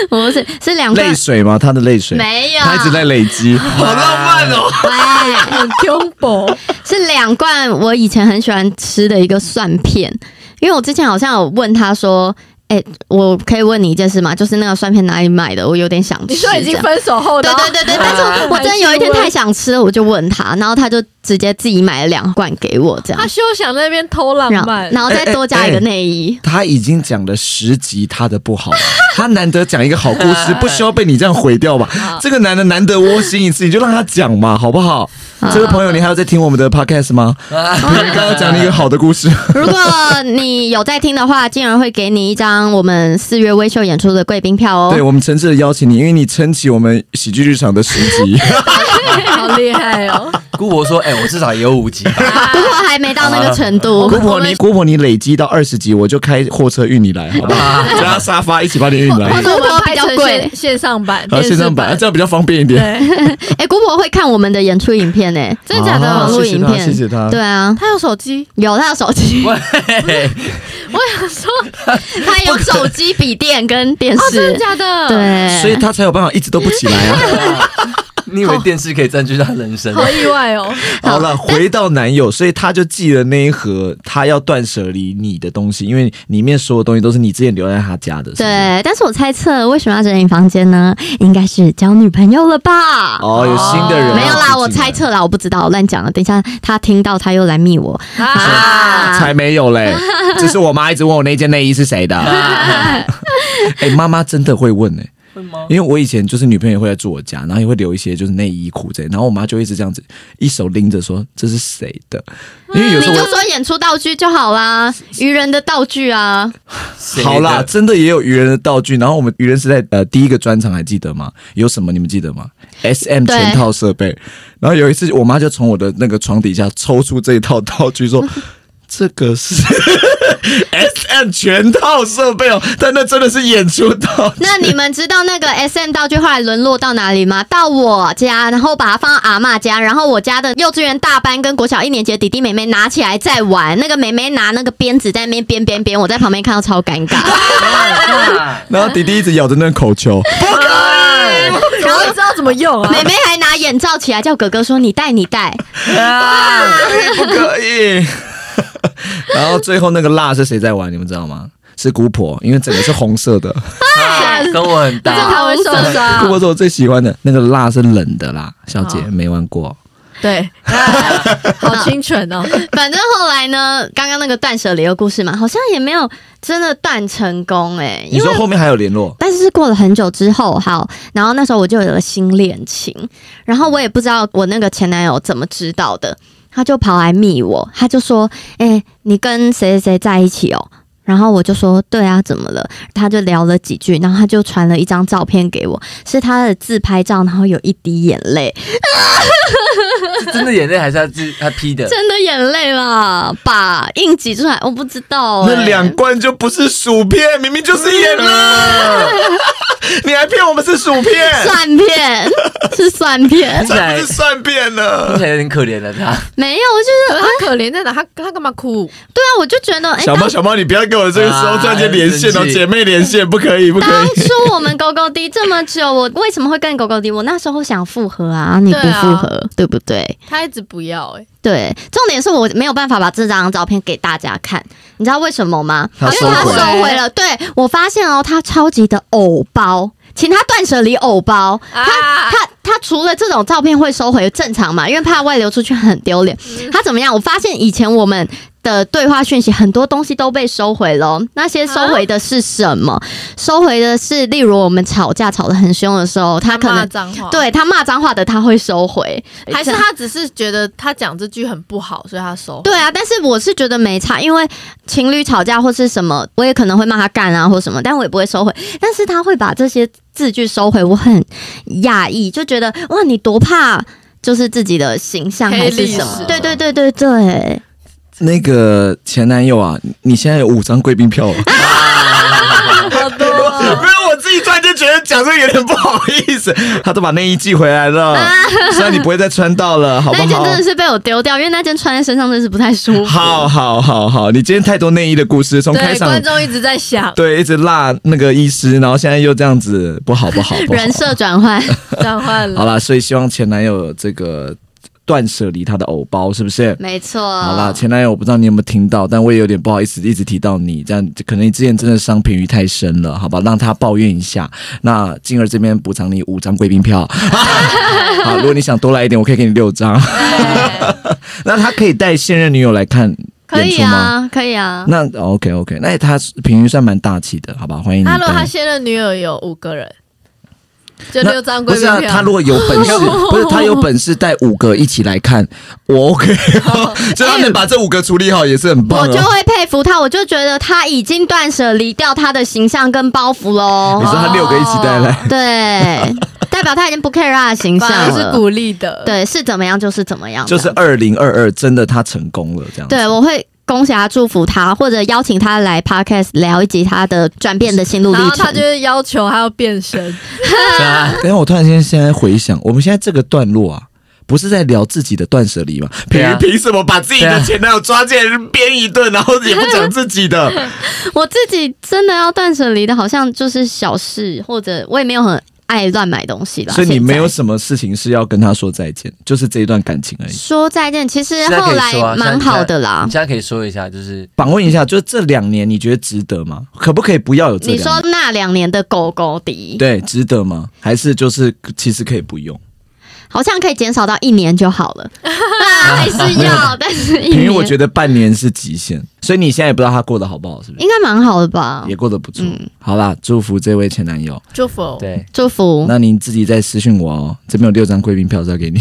S2: 不是，是两
S4: 泪
S2: 罐，
S4: 水吗？他的泪水，
S2: 没有，哎
S4: 他一直在累积。
S3: 好浪漫哦。
S2: 喂
S5: 很 jumbo，
S2: 是两罐我以前很喜欢吃的一个蒜片，因为我之前好像有问他说。哎、我可以问你一件事吗？就是那个蒜片哪里买的？我有点想吃。
S5: 你说已
S2: 这
S5: 经
S2: 样
S5: 分手后的
S2: 对
S5: 哦，
S2: 对对对，但是我我真的有一天太想吃了，我就问他，然后他就直接自己买了两罐给我，这样
S5: 他，休想在那边偷浪
S2: 然后
S5: 漫，
S2: 然后再多加一个内衣。
S4: 他已经讲了十集他的不好，他难得讲一个好故事，不需要被你这样毁掉 吧？这个男的难得窝心一次，你就让他讲嘛，好不好？啊这位朋友，你还有在听我们的 podcast 吗？平云刚刚讲了一个好的故事，
S2: 哎 如果你有在听的话，竟然会给你一张我们四月微秀演出的贵宾票 哦。
S4: 对我们诚挚的邀请你，因为你撑起我们喜剧剧场的十 集。
S5: 好厉害哦！
S3: 姑婆说：“哎，我至少也有五集吧。
S2: 不过还没到那个程度
S4: 姑。婆，你姑婆，你累积到二十集，我就开货车运你来，好不 好？加啊沙发一起把你运来
S2: 或，者
S5: 我们
S2: 哎比
S5: 拍
S2: 较
S5: 成
S2: 贵
S5: 线线上版、
S4: 然后
S5: 电
S4: 线
S5: 视
S4: 上版，这样比较方便一点。
S5: 对，
S2: 哎、姑婆会看我们的演出影片呢、哎
S5: 真的假的？
S4: 啊
S2: 网络影片，
S4: 谢谢他谢谢他
S2: 对啊，
S5: 他有手机，
S2: 有他有手机，
S3: 喂，
S5: 我想说，
S2: 他有手机、笔电跟电
S5: 哦，真
S2: 视
S5: 的，假的？，
S2: 对，
S4: 所以他才有办法一直都不起来啊。
S3: 你以为电视可以占据他人生？
S5: 好意 外哦。
S4: 好了，回到男友，所以他就寄了那一盒他要断舍离你的东西，因为里面所有东西都是你之前留在他家的。是不是，
S2: 对。但是我猜测为什么要整理房间呢？应该是交女朋友了吧？
S4: 哦，有新的人要
S2: 没有啦，
S4: 住进来
S2: 我猜，测啦，我不知道，我乱讲了。等一下他听到，他又来密我啊！
S4: 才没有 嘞。这是我妈一直问我那件内衣是谁的。
S3: 啊
S4: 哎，妈妈真的会问哎，
S3: 会吗？
S4: 因为我以前就是女朋友也会来住我家，然后也会留一些就是内衣裤这，然后我妈就一直这样子，一手拎着说这是谁的，因为有
S2: 你
S4: 时候
S2: 就
S4: 我。
S2: 说演出道具就好啦，愚人的道具啊，
S3: 谁的
S4: 好 啦，，真的也有愚人的道具。然后我们愚人时代呃第一个专场还记得吗？有什么你们记得吗？S M
S2: 对
S4: 全套设备。然后有一次，我妈就从我的那个床底下抽出这一套道具，说。这个是 S M 全套设备哦，但那真的是演出道 具。
S2: 那你们知道那个 S M 道具后来沦落到哪里吗？到我家，然后把它放到阿嬷家，然后我家的幼稚园大班跟国小一年级的弟弟妹妹拿起来在玩，那个妹妹拿那个鞭子在那边鞭鞭鞭，我在旁边看到超尴 尬。
S4: 然后弟弟一直咬着那口球，
S5: 然后知道怎么用啊？
S2: 妹妹还拿眼罩起来叫哥哥说你戴你戴，
S4: 不可以。然后最后那个蜡是谁在玩？你们知道吗？是姑婆，因为整个是红色的。
S3: 啊跟我很
S5: 这
S3: 搭。
S5: 他会受
S4: 姑
S5: 伤。
S4: 婆是我最喜欢的，那个蜡是冷的啦，小姐
S5: 哦
S4: 没玩过。
S5: 对，哎好清纯哦。
S2: 反正后来呢，刚刚那个断舍离的故事嘛，好像也没有真的断成功哎、
S4: 你
S2: 因为
S4: 说。后面还有联络？
S2: 但是是过了很久之后，好，然后那时候我就有了新恋情，然后我也不知道我那个前男友怎么知道的，他就跑来密我，他就说：“哎、你跟谁谁谁在一起哦？”然后我就说：“对啊，怎么了？”他就聊了几句，然后他就传了一张照片给我，是他的自拍照，然后有一滴眼泪，
S3: 是真的眼泪还是他自他 P 的？
S2: 真的眼泪啦，把硬挤出来，我不知道、哎
S1: 那两罐就不是薯片，明明就是眼 了，你还骗我们是薯片，
S2: 蒜片 是蒜片
S3: 听，起
S1: 才
S3: 来
S1: 不是
S3: 听
S1: 蒜片呢
S3: 起。来有点可怜了他。
S2: 没有，就是
S5: 可是他可怜在哪？他他干嘛哭？
S2: 对啊，我就觉得，哎、
S1: 小猫，小猫，你不要跟我这个时候突然间连线
S3: 啊
S1: 哦，
S3: 生气
S1: 姐妹连线不可以，不可
S2: 当
S1: 以。
S2: 初我们狗狗迪这么久，我为什么会跟狗狗迪？我那时候想复合啊，你不复合，对不对？
S5: 他一直不要哎，
S2: 对，重点是我没有办法把这张照片给大家看，你知道为什么吗？
S4: 他
S2: 因为他
S4: 收回
S2: 收回了。对我发现哦，他超级的偶包，请他断舍离偶包。他
S5: 啊
S2: 他他除了这种
S5: 嗯
S2: 照片会收回，正常嘛？因为怕外流出去很丢脸。他怎么样？我发现以前我们。的对话讯息，很多东西都被收回了。那些收回的是什么？收回的是，例如我们吵架吵得很凶的时候，他可
S5: 骂
S2: 能
S5: 脏话，，
S2: 对他骂脏话的，他会收回，
S5: 还是他只是觉得他讲这句很不好，所以他收。
S2: 对啊，但是我是觉得没差，因为情侣吵架或是什么，我也可能会骂他干啊或什么，但我也不会收回。但是他会把这些字句收回，我很讶异，就觉得哇，你多怕就是自己的形象还是什
S5: 黑历
S2: 么
S5: 史？
S2: 对对对对对，
S4: 那个前男友啊，你现在有五张贵宾
S1: 啊
S4: 票了。
S5: 好多哦、
S1: 没 有，我自己突然就觉得讲这个有点不好意思。 他都把内衣寄回来了，虽然你不会再穿到了，好不
S2: 啊那件
S1: 好
S2: 真？的是被我丢掉，因为那件穿在身上真是不太舒服。
S1: 好好好好，你今天太多内衣的故事，从开
S5: 对，
S1: 场，
S5: 观众一直在想
S1: 对一直辣那个医师，然后现在又这样子，不好不好不好
S2: 人。设转换，
S5: 转换
S4: 好
S5: 了，
S4: 啦，所以希望前男友有这个断舍离他的偶包，是不是？
S2: 没错。
S4: 好啦，前男友，我不知道你有没有听到，但我也有点不好意思一直提到你，这样可能你之前真的伤平鱼太深了，好吧，让他抱怨一下。那静儿这边补偿你五张贵宾票，好，如果你想多来一点，我可以给你六 张。那他可以带现任女友来看
S2: 可
S4: 演
S2: 以
S4: 出吗？
S2: 啊，可以啊。
S4: 那 OK OK，那他平鱼算蛮大气的，好吧，欢迎你带。
S5: 他如果他现任女友有五个人，就
S4: 那
S5: 六张
S4: 不
S5: 贵
S4: 是
S5: 宾
S4: 啊，
S5: 票。
S4: 他如果有本 事，不是他有本事带五个一起来看，我 OK，
S1: 就他能把这五个处理好也是很棒
S4: 啊
S2: 我就
S1: 的。
S2: 会佩服他，我就觉得他已经断舍离掉他的形象跟包袱喽
S4: 你。说他六个一起带来，
S2: 对，代表他已经不 care 他的形象
S5: 反而是
S2: 了。
S5: 鼓励的，，
S2: 对，是怎么样就是怎么样，
S4: 就是。二零二二真的他成功了，这样子。
S2: 哦对，我会恭喜他、祝福他，或者邀请他来 podcast 聊一集他的转变的心路
S5: 然
S2: 历
S5: 后他
S2: 程
S5: 就。会要求他要变身，
S4: 等哎一下我突然间现在回想，我们现在这个段落啊，不是在聊自己的断舍离吗？
S1: 平
S3: 对啊
S1: 鱼凭什么把自己
S3: 对
S1: 的
S3: 啊
S1: 前男友抓进来编一顿，然后也不讲自己的？
S2: 我自己真的要断舍离的，好像就是小事，或者我也没有很爱乱买东西啦。
S4: 所以你
S2: 现在
S4: 没有什么事情是要跟他说再见，就是这一段感情而已。
S2: 说再见，其实
S3: 现在可
S2: 后
S3: 以
S2: 来
S3: 说啊
S2: 蛮
S3: 现在
S2: 好的啦
S3: 你。现在可以说一下，就是
S4: 访问一下，就是这两年你觉得值得吗？可不可以不要有这
S2: 你
S4: 两
S2: 说
S4: 年？
S2: 那两年的狗狗迪，
S4: 对，值得吗？还是就是其实可以不用？
S2: 好像可以减少到一年就好 了，啊、还是要，但是一
S4: 因为
S2: 年
S4: 我觉得半年是极限，所以你现在也不知道他过得好不好，是不是？
S2: 应该蛮好的吧
S5: 哦
S4: 也。过得不错。
S5: 嗯
S4: 好啦，祝福这位前男友。
S5: 祝福。
S3: 对，
S2: 祝福，
S4: 那您自己再私讯我哦，这边有六张贵宾票是要给你。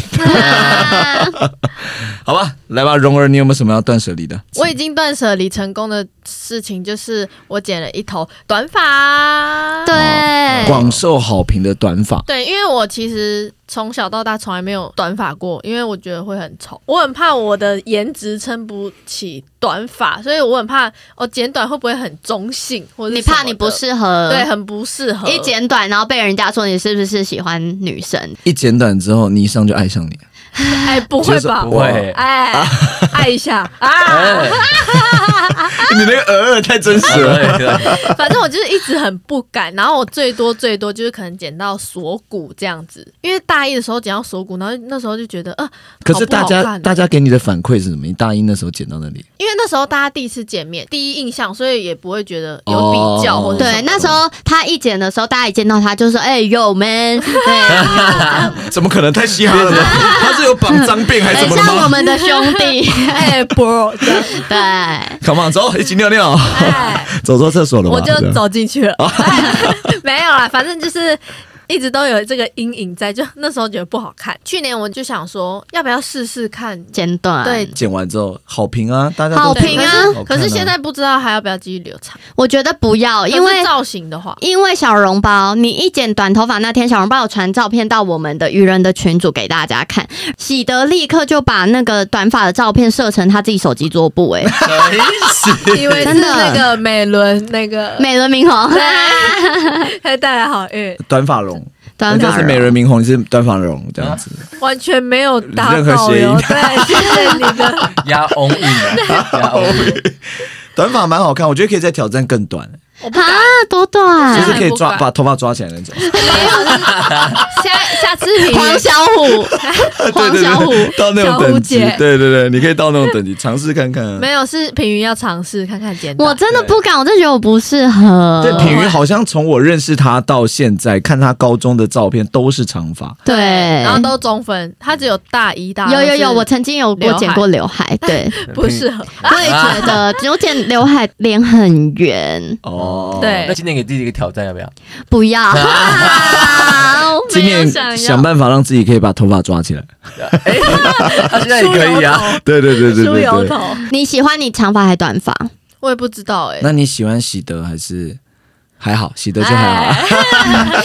S4: 好吧，来吧，蓉儿，你有没有什么要断舍离的？
S5: 我已经断舍离成功的事情就是我剪了一头短 发。哎
S2: 对，
S4: 广受好评的短发，
S5: 对，因为我其实从小到大从来没有短发过，因为我觉得会很丑，我很怕我的颜值撑不起短发，所以我很怕我、剪短会不会很中性，或者
S2: 你
S5: 是什么
S2: 怕
S5: 的
S2: 你不适合，
S5: 对，很不适合。
S2: 一剪短，然后被人家说你是不是喜欢女生？
S4: 一剪短之后，你一上就爱上你。
S5: 哎，不会吧？
S3: 不会，
S5: 哎，爱一下啊！
S3: 哎哦
S1: 你那个呃呃太真实了。
S5: 反正我就是一直很不敢，然后我最多最多就是可能剪到锁骨这样子，因为大一的时候剪到锁骨，然后那时候就觉得，呃，
S4: 可是大家
S5: 好不好看
S4: 大家给你的反馈是什么？你大一那时候剪到那里，
S5: 因为那时候大家第一次见面，第一印象，所以也不会觉得有比较
S4: 哦
S5: 或者嗯什
S2: 对，
S5: 么
S2: 那时候他一剪的时候，大家一见到他就说：“哎、呦 man，对，
S1: 怎么可能太嘻哈 了呢？他是有绑脏辫还是怎
S2: 很
S1: 么了
S2: 像我
S1: 吗
S2: 们的兄 弟。
S5: 哎 bro，这样
S2: 对”对，
S1: ？Come on，走，一起尿尿，
S5: 哎，
S4: 走错厕所了吧？
S5: 我就
S4: 对啊
S5: 走进 去了， 哎没有啦，反正就是。一直都有这个阴影在，就那时候觉得不好看。去年我就想说，要不要试试看？
S2: 剪短。
S5: 对，
S4: 剪完之后好评啊，大家都
S2: 好评啊
S4: 好看
S5: 可是现在不知道还要不要继续留长，
S2: 我觉得不要，因
S5: 可
S2: 为
S5: 是造型的话，
S2: 因为小笼包，你一剪短头发那天，小笼包有传照片到我们的愚人的群组给大家看，喜德立刻就把那个短发的照片设成他自己手机桌布、欸，哎，
S5: 以为是
S2: 真的
S5: 那个美伦那个，
S2: 美轮明 宏，
S5: 还带来好嗯运，
S4: 短发绒，
S2: 短
S4: 人家
S2: 发
S4: 是美人明红，你是短发绒这样子。
S5: 完全没有打
S4: 任何
S5: 导
S4: 谐音
S5: 游，对，谢谢你的，
S3: 压翁韵啊，压翁韵，
S4: 短发蛮好看，我觉得可以再挑战更短。
S5: 我不
S2: 啊
S5: 敢，，
S2: 多短
S5: 就
S4: 就是
S5: 是
S4: 可以
S5: 不
S4: 抓
S5: 管
S4: 把头发抓起来那种。
S6: 下下次你
S2: 黄小虎，
S4: 对
S2: 黄
S4: 对
S2: 小虎，
S4: 对，到那种
S6: 小虎
S4: 等级
S6: 姐，
S4: 对对对，你可以到那种等级尝试看看啊。
S5: 没有是平云要尝试看看剪
S2: 我
S5: 短。
S2: 真的不敢，我真的觉得我不适合。
S4: 对，品瑜好像从我认识他到现在，看他高中的照片都是长发，
S2: 对
S5: 然后都中分，他只有大一大二
S2: 有有有，
S5: 是
S2: 我曾经有过
S5: 刘海
S2: 剪过刘海，对，
S5: 不适合。
S2: 我也觉得，只有剪刘海脸很圆，
S4: 哦，
S5: 对
S3: 那，今天给自己一个挑战，要不要？
S2: 不要。
S4: 今年想办法让自己可以把头发抓起来。
S3: 他现在也可以啊。
S4: 对对对对
S5: 梳
S4: 对
S5: 油
S4: 对。
S5: 头，
S2: 你喜欢你长发还短发？
S5: 我也不知道哎。
S4: 那你喜欢喜德还是还好？啊喜德就还好。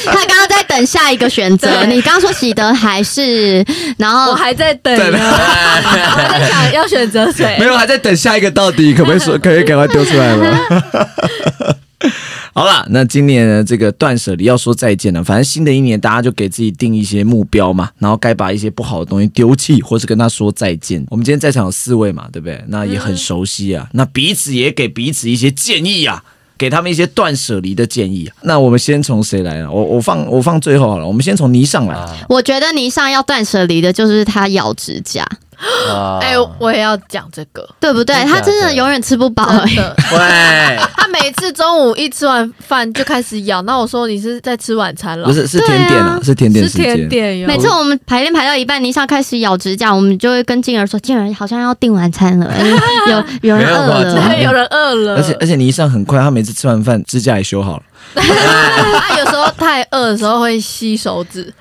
S2: 他刚刚在等下一个选择。
S5: 对
S2: 你刚刚说喜德还是，然
S5: 哎我
S2: 后
S5: 还在等
S4: 在
S5: 呢，我在想要选择谁
S4: 没。有，还在等下一个到底可不可以 说，可以赶快丢出来吗？好啦，那今年的这个断舍离要说再见了。反正新的一年，大家就给自己定一些目标嘛，然后该把一些不好的东西丢弃，或是跟他说再见。我们今天在场有四位嘛，对不对？那也很熟悉
S3: 嗯
S4: 啊，那彼此也给彼此一些建议啊。给他们一些断舍离的建议啊、那我们先从谁来呢？我我放我放最后好了，我们先从倪尚来。
S3: 啊
S2: 我觉得你上要断舍离的就是他咬指甲，
S3: 啊
S5: 哎，
S4: 呃
S5: 我也要讲这个，
S2: 对不对？
S3: 真的假
S2: 他
S3: 的
S2: 真的永远吃不饱、
S5: 真
S2: 欸。
S5: 的。
S3: 喂，
S5: 他每次中午一吃完饭就开始咬，那我说你是在吃晚餐了，
S4: 不是是甜点啊，是甜点
S5: 是
S4: 时间
S5: 甜。点哟。
S2: 每次我们排练排到一半，倪尚开始咬指甲，我们就会跟静儿说：“静儿好像要订晚餐 了，哎有有人
S3: 没有吧
S2: 饿了
S3: 真的。
S5: 对有人饿了，
S4: 而且哎而且倪尚很快，他每次吃完饭指甲也修好了。
S5: 他啊有时候太饿的时候会吸手指，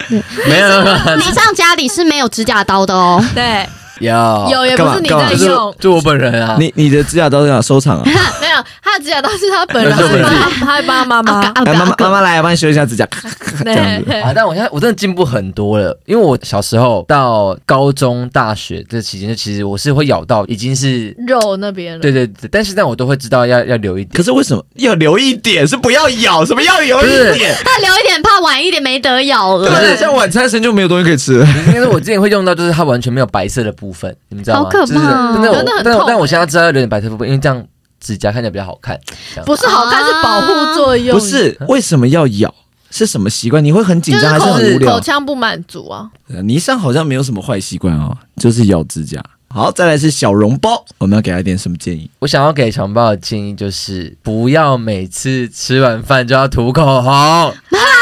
S3: 没有没有没”
S2: 倪尚家里是没有指甲刀的哦，
S5: 对，
S3: 有，
S5: 有也不是你
S4: 哦干嘛
S5: 在
S3: 啊就是
S5: 用，
S3: 就我本人啊，
S4: 你你的指甲刀要收藏啊？
S5: 他没有，他的指甲刀是他本人，
S3: 那是我
S5: 是
S3: 自己
S5: 他他还帮他妈
S2: 啊
S5: 妈，
S4: 来，哎妈妈妈妈来，我帮你修一下指 甲，咔咔啊咔这样子。
S5: 对
S3: 啊，但我现在我真的进步很多了，因为我小时候到高中、大学这期间，就其实我是会咬到，已经是
S5: 肉那边了
S3: 对，对对，但是但我都会知道要要留一点。
S4: 可是为什么要留一点？是不要咬？什么要留一点？
S2: 他留一点，怕晚一点没得咬
S4: 对
S2: 了
S4: 不。对？像晚餐时间就没有东西可以吃了。
S3: 应该是我之前会用到，就是它完全没有白色的部分，你们知道吗？
S2: 好可怕哦
S3: 就是但
S5: 真的
S3: 但我
S5: 很
S3: 但我
S5: 痛欸
S3: 但我现在知道要留点白色部分，因为这样指甲看起来比较好看。
S5: 不是好看，
S2: 啊
S5: 是保护作用，
S4: 不是为什么要咬？是什么习惯？你会很紧
S5: 就是
S4: 张还是很无
S5: 口口
S4: 聊？
S5: 腔不满足啊，
S4: 呃倪尚好像没有什么坏习惯哦，就是咬指甲。好，再来是小笼包，我们要给他一点什么建议？
S3: 我想要给小红包的建议就是，不要每次吃完饭就要涂口红，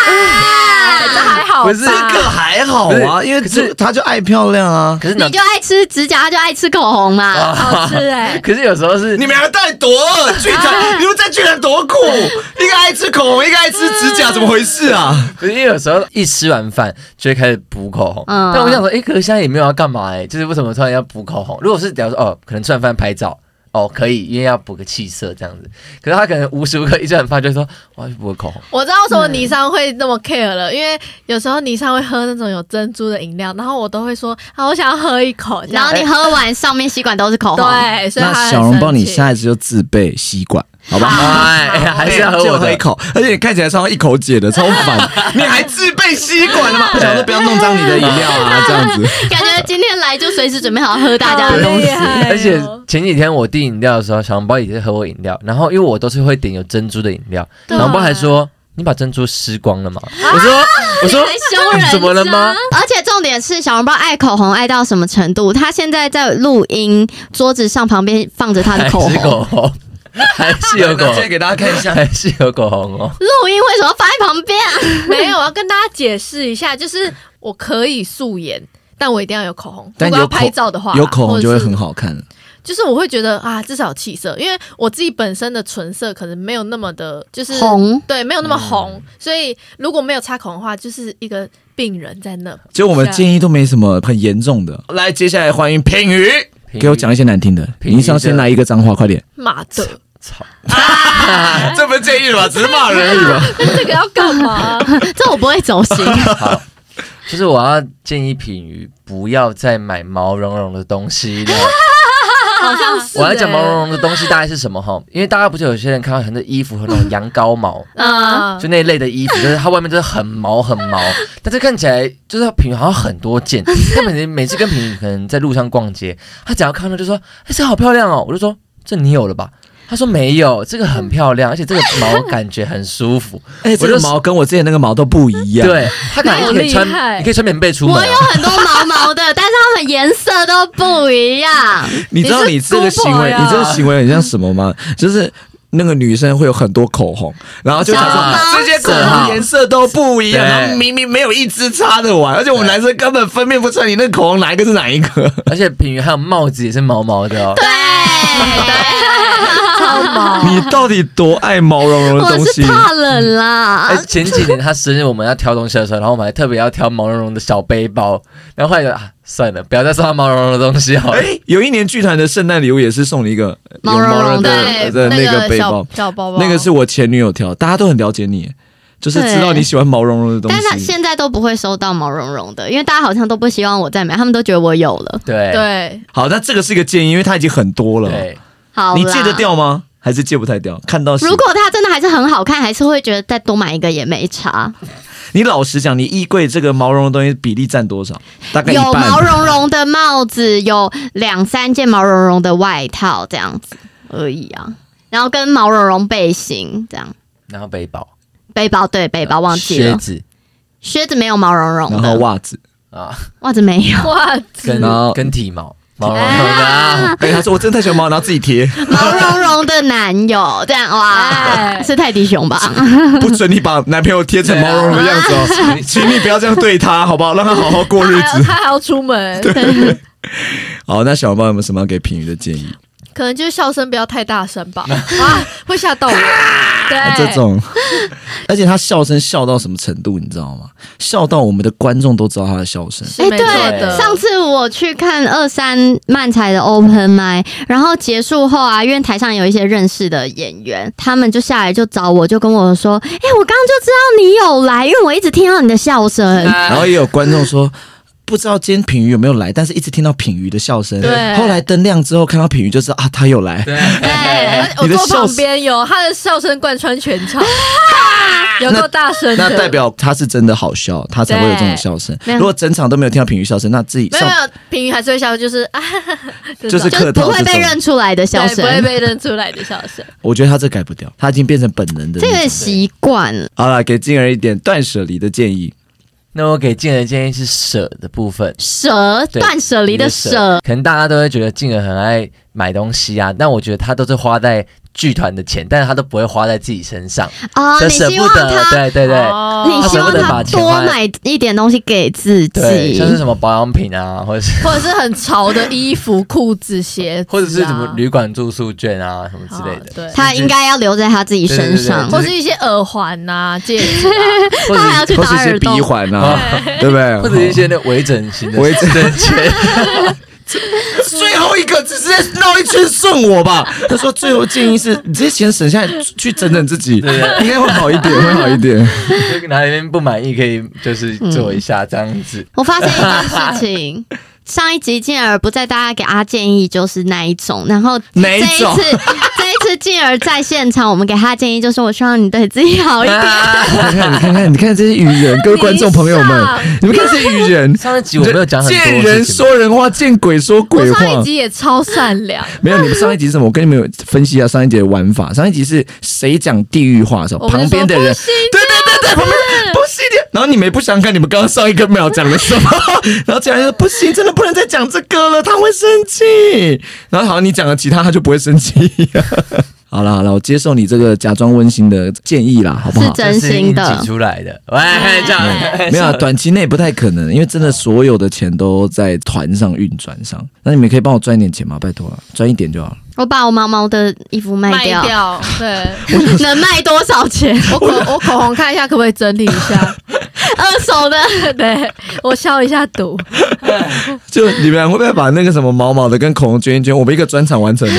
S4: 啊
S5: 这还好
S3: 不是
S5: 吧？
S4: 这还好啊，因为这他就爱漂亮啊。
S3: 可 是
S2: 你
S3: 呢，
S2: 就爱吃指甲，他就爱吃口红嘛。
S5: 好吃哎，
S3: 可是有时候 是
S4: 你们两个到底多饿？剧 团，你们在剧团多苦？一个爱吃口红，一个爱吃指甲，怎么回事 啊？
S3: 可是因为有时候一吃完饭就会开始补口红，
S2: 嗯
S3: 但我想说，哎、可是现在也没有要干嘛哎、就是为什么突然要补口红？如果是假如说哦，可能吃完饭拍照。哦，可以，因为要补个气色这样子。可是他可能无时无刻一吃完饭就说我要去补个口红，
S5: 我知道为什么尼桑会那么 care 了，因为有时候尼桑会喝那种有珍珠的饮料，然后我都会说啊，我想要喝一口，这
S2: 然
S5: 样
S2: 后你喝完，上面吸管都是口红。
S5: 对，所以他
S4: 哦那
S5: 很
S4: 小笼包，你
S5: 生气
S4: 下一次就自备吸管，好吧？
S3: 哎，还是要喝
S4: 就
S3: 我
S4: 喝
S3: 的
S4: 一。口， 而且你看起来超一口解的，超烦。你还自备吸管了吗？ 我想说不要弄脏你的饮料 啊，这样子。
S2: 感觉今天来就随时准备好喝大家的东西。
S5: 厉害哦
S3: 而且前几天我订饮料的时候，小笼包也是喝我饮料，然后因为我都是会点有珍珠的饮料，
S5: 对
S3: 小笼包还说你把珍珠吃光了吗？我说我说
S2: 还羞人
S3: 你
S2: 家
S3: 怎么了吗？？
S2: 而且重点是，小笼包爱口红爱到什么程度？他现在在录音，桌子上旁边放着他
S3: 还
S2: 的口
S3: 是
S2: 红。
S3: 口红，还是有
S4: 那
S3: 口
S4: 现在
S3: 红，
S4: 给大家看 一下，
S3: 还是有口红哦。
S2: 录音为什么放在旁边啊？
S5: 没有，我要跟大家解释一下，就是我可以素颜，但我一定要有口红。
S4: 但
S5: 如
S4: 有
S5: 果要
S4: 口
S5: 拍照的话，
S4: 有口红就会
S5: 或者
S4: 很
S5: 是
S4: 好看了。
S5: 就是我会觉得啊，至少有气色，因为我自己本身的唇色可能没有那么的，就是
S2: 红，
S5: 对，没有那
S4: 嗯
S5: 么红，所以如果没有擦口红的话，就是一个病人在那。
S4: 就我们建议都没什么很严重的。 来，接下来欢迎品宇，给我讲一些难听的。
S3: 品瑜
S4: 你上先来一个脏话，快点。
S5: 妈的，
S3: 操，
S4: 啊
S3: 哎啊
S4: 这不是建议了吧？只是骂人而已吧。
S5: 那这个要干 嘛？
S2: 这我不会走心。
S3: 好，就是我要建议品瑜不要再买毛茸茸的东西了。
S5: 好像是、欸。
S3: 我要讲毛茸茸的东西大概是什么哈？因为大家不是有些人看到很多衣服很那种羊羔毛，
S2: 嗯
S5: 啊，
S3: 就那一类的衣服，就是它外面就是很毛很毛， 但是看起来就是它品好像很多件。他每每次跟品可能在路上逛街，他只要看到就说：“哎、这好漂亮哦！”我就说：“这你有了吧？”他说没有，这个很漂亮，而且这个毛感觉很舒服。
S4: 哎，这
S3: 我
S4: 个
S3: 就
S4: 毛跟我之前那个毛都不一样。，
S3: 对，他感觉可以
S5: 那很厉害
S3: 穿，你可以穿棉被出门、
S2: 我有
S3: 啊。
S2: 很多毛毛的，但是它们颜色都不一样。
S4: 你知道你这个行为，
S5: 你是
S4: 你
S5: 姑婆呀
S4: 这个行为很像什么吗？就是那个女生会有很多口红，然后就想
S2: 小
S4: 说
S2: 方
S4: 这些口红颜色都不一样，
S3: 对
S4: 然后明明没有一支插得完，而且我们男生根本分辨不出来你那个口红哪一个是哪一个。
S3: 而且品鱼还有帽子也是毛毛的哦。
S2: 啊哎 对，
S5: 超毛。
S4: 你到底多爱毛茸茸
S2: 我是怕冷
S3: 哎、
S4: 嗯
S2: 啦。
S3: 前几年他生日，我们要挑东西的时候，然后我们还特别要挑毛茸茸的小背包，然后后来就啊，算了，不要再送他毛茸茸的东西好了。
S4: 哎，有一年剧团的圣诞礼物也是送你一个
S2: 毛茸茸
S4: 茸
S2: 的
S5: 对，
S4: 的呃那个
S5: 个
S4: 背
S5: 小
S4: 包，
S5: 小包包，
S4: 那个是我前女友挑，大家都很了解你，就是知道你喜欢毛茸茸的东
S2: 但是
S4: 西。
S2: 现在都不会收到毛茸茸的，因为大家好像都不希望我再买，他们都觉得我有了。
S3: 对
S5: 对，
S4: 好，那这个是一个建议，因为它已经很多了，
S3: 对，
S2: 好，
S4: 你戒得？掉吗？还是戒不太掉？看到喜
S2: 如果它真的还是很好看，还是会觉得再多买一个也没差。
S4: 你老实讲，你衣柜这个毛茸茸的东西比例占多少？大概一
S2: 有
S4: 半。
S2: 毛茸茸的帽子，有两三件毛茸茸的外套这样子而已啊，然后跟毛茸茸背心这样，
S3: 然后背包、
S2: 背包对背包忘记
S3: 靴
S2: 了，
S3: 子
S2: 靴子没有毛茸茸
S4: 然后
S2: 的，
S4: 袜子。
S3: 啊，
S2: 袜子没有，
S5: 哇，
S3: 跟
S4: 然后
S3: 跟体毛毛茸茸的、啊。
S4: 对，哎他说我真的太喜欢毛，然后自己贴，
S2: 毛茸茸的男友这样哇，
S5: 哎
S2: 是泰迪熊吧？
S4: 不准你把男朋友贴成毛茸茸的样子 哦，请你不要这样对他，好不好？让他好好过日
S2: 哎
S5: 还要
S4: 子。
S5: 他还要出门，
S4: 好，那小猫有没有什么要给平宇的建议？
S5: 可能就是笑声不要太大声 吧，哇，会吓到我。
S2: 哎
S4: 啊
S5: 对，
S4: 这 种，而且他笑声笑到什么程度，你知道吗？笑到我们的观众都知道他的笑声。
S5: 是没错的。
S2: 上次我去看二三漫才的 open m i 然后结束后啊，因为台上有一些认识的演员，他们就下来就找我，就跟我说：“哎、我刚刚就知道你有来，因为我一直听到你的笑声。
S4: 然后也有观众说。不知道今天品瑜有没有来，但是一直听到品瑜的笑声。
S5: 对
S4: 后来灯亮之后，看到品瑜就知道啊，他有来。
S3: 对，
S5: 对，哎而且我
S4: 哎你的
S5: 坐
S4: 笑
S5: 旁边有他的笑声贯穿全 场，有够大声
S4: 那
S5: 的。
S4: 代表他是真的好笑，他才会有这种笑声。
S2: 对
S4: 如果整场都没有听到品瑜笑声，那自己
S5: 没有没
S4: 上
S5: 有，平语还是会笑，就是啊， 哈哈哈这
S4: 就是
S2: 就
S5: 种
S2: 是不会
S4: 客套是什
S2: 被
S4: 么
S2: 认出来的笑
S5: 对
S2: 声
S5: 不，会被认出来的笑声。
S4: 我觉得他这改不掉，他已经变成本能的那
S2: 这
S4: 种。
S2: 个习惯了。
S4: 好了，给静儿一点断舍离的建议。
S3: 那我给静儿的建议是舍的部分。
S2: 舍
S3: 对
S2: 断舍离的舍，
S3: 可能大家都会觉得静儿很爱买东西啊，但我觉得她都是花在剧团的钱，但是她都不会花在自己身上，
S2: 哦，
S3: 这、
S2: 你
S3: 舍
S2: 希
S3: 不
S2: 望
S3: 得，
S2: 他，
S3: 对对对。
S5: 哦
S2: 你希望
S3: 他舍不得
S2: 他
S3: 把钱
S2: 多
S3: 花在
S2: 买一点东西给自
S3: 对，像是
S2: 己。
S3: 什么保养品啊，或者是
S5: 或者是很潮的衣服、裤子、鞋子啊，
S3: 或者是什
S2: 哦
S3: 么旅馆住宿券啊，什么之类的，
S5: 哦对，
S2: 他应该要留在他自己
S3: 对对对
S2: 身上
S3: 对，
S5: 或是一些耳环呐、戒指啊、
S3: 或者
S2: 他还要
S3: 是
S2: 去
S4: 或
S2: 打
S4: 是一
S2: 耳
S4: 些
S2: 洞
S4: 鼻。环啊，对不对？
S3: 或者是一些那微整形的
S4: 微整
S3: 的券，
S4: 最后一个只是在绕一圈送我吧。他说最后建议是，你这些钱省下来去整整自己，应该会好一点，会好一点。
S3: 就哪里面不满意可以就是做一下这样子。
S2: 我发现一 件事情。上一集静儿不在，大家给她建议就是那一种，然后
S4: 哪
S2: 这
S4: 一
S2: 一次
S4: 种
S2: 这一次静儿在现场，我们给她建议就是，我希望你对自己好一 点。
S3: 啊
S4: 你看，你看看，你看这些愚人，各位观众朋友 们，你们看这些愚 人，
S3: 上一集我没有讲很多
S4: 见人
S3: 事情嘛，
S4: 说人话，见鬼说
S5: 我
S4: 鬼
S5: 上一
S4: 话。
S5: 集也超善良，
S4: 没有，你们上一集是什么？我跟你们有分析一下上一集的玩法。上一集是谁讲地狱话的时候，
S5: 我们
S4: 旁边的人
S5: 就说
S4: 对对对对，旁边不行的。然后你们也不想看你们刚刚上一个秒讲了什么， 然后讲完就说不行，真的不能再讲这个了，他会生气。然后好像你讲了其他，他就不会生气。 好了好了，我接受你这个假装温馨的建议啦，好不
S2: 是
S4: 好？
S2: 真心
S3: 这是硬
S2: 的
S3: 挤，出来的，喂，这样
S4: 没有、啊，短期内不太可能，因为真的所有的钱都在团上运转上。那你们可以帮我赚一点钱吗？拜托了、啊赚一点就好了。
S2: 我把我毛毛的衣服卖
S5: 卖
S2: 掉，
S5: 掉。对，
S2: 能卖多少 钱？
S5: 我口我口红看一下，可不可以整理一下？
S2: 二手的，
S5: 对我消一下毒。
S4: 就你们俩会不会把那个什么毛毛的跟恐龙捐一捐？我们一个专场完成了，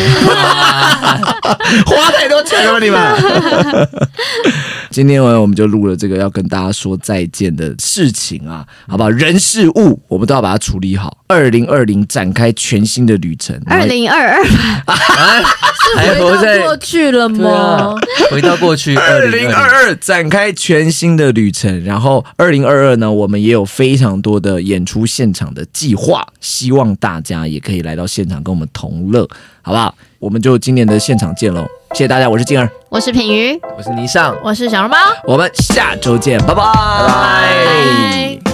S4: 花太多钱了吧你们？ 今天晚上我们就录了这个要跟大家说再见的事情啊，好不好？人事物我们都要把它处理好。二零二零展开全新的旅程，然
S2: 二
S4: 后
S2: 零二二，
S3: 啊还活在
S5: 过去了
S3: 对啊
S5: 吗？，
S3: 回到过去
S4: 二
S3: 二
S4: 零
S3: 零
S4: 二
S3: 二
S4: 二展开全新的旅程，然后二零二二呢，我们也有非常多的演出现场的计划，希望大家也可以来到现场跟我们同乐，好不好？我们就今年的现场见喽！谢谢大家，我是静儿，
S2: 我是品瑜，
S3: 我是霓裳，
S5: 我是小猫。
S4: 我们下周见，拜拜。
S3: 拜拜。
S5: 拜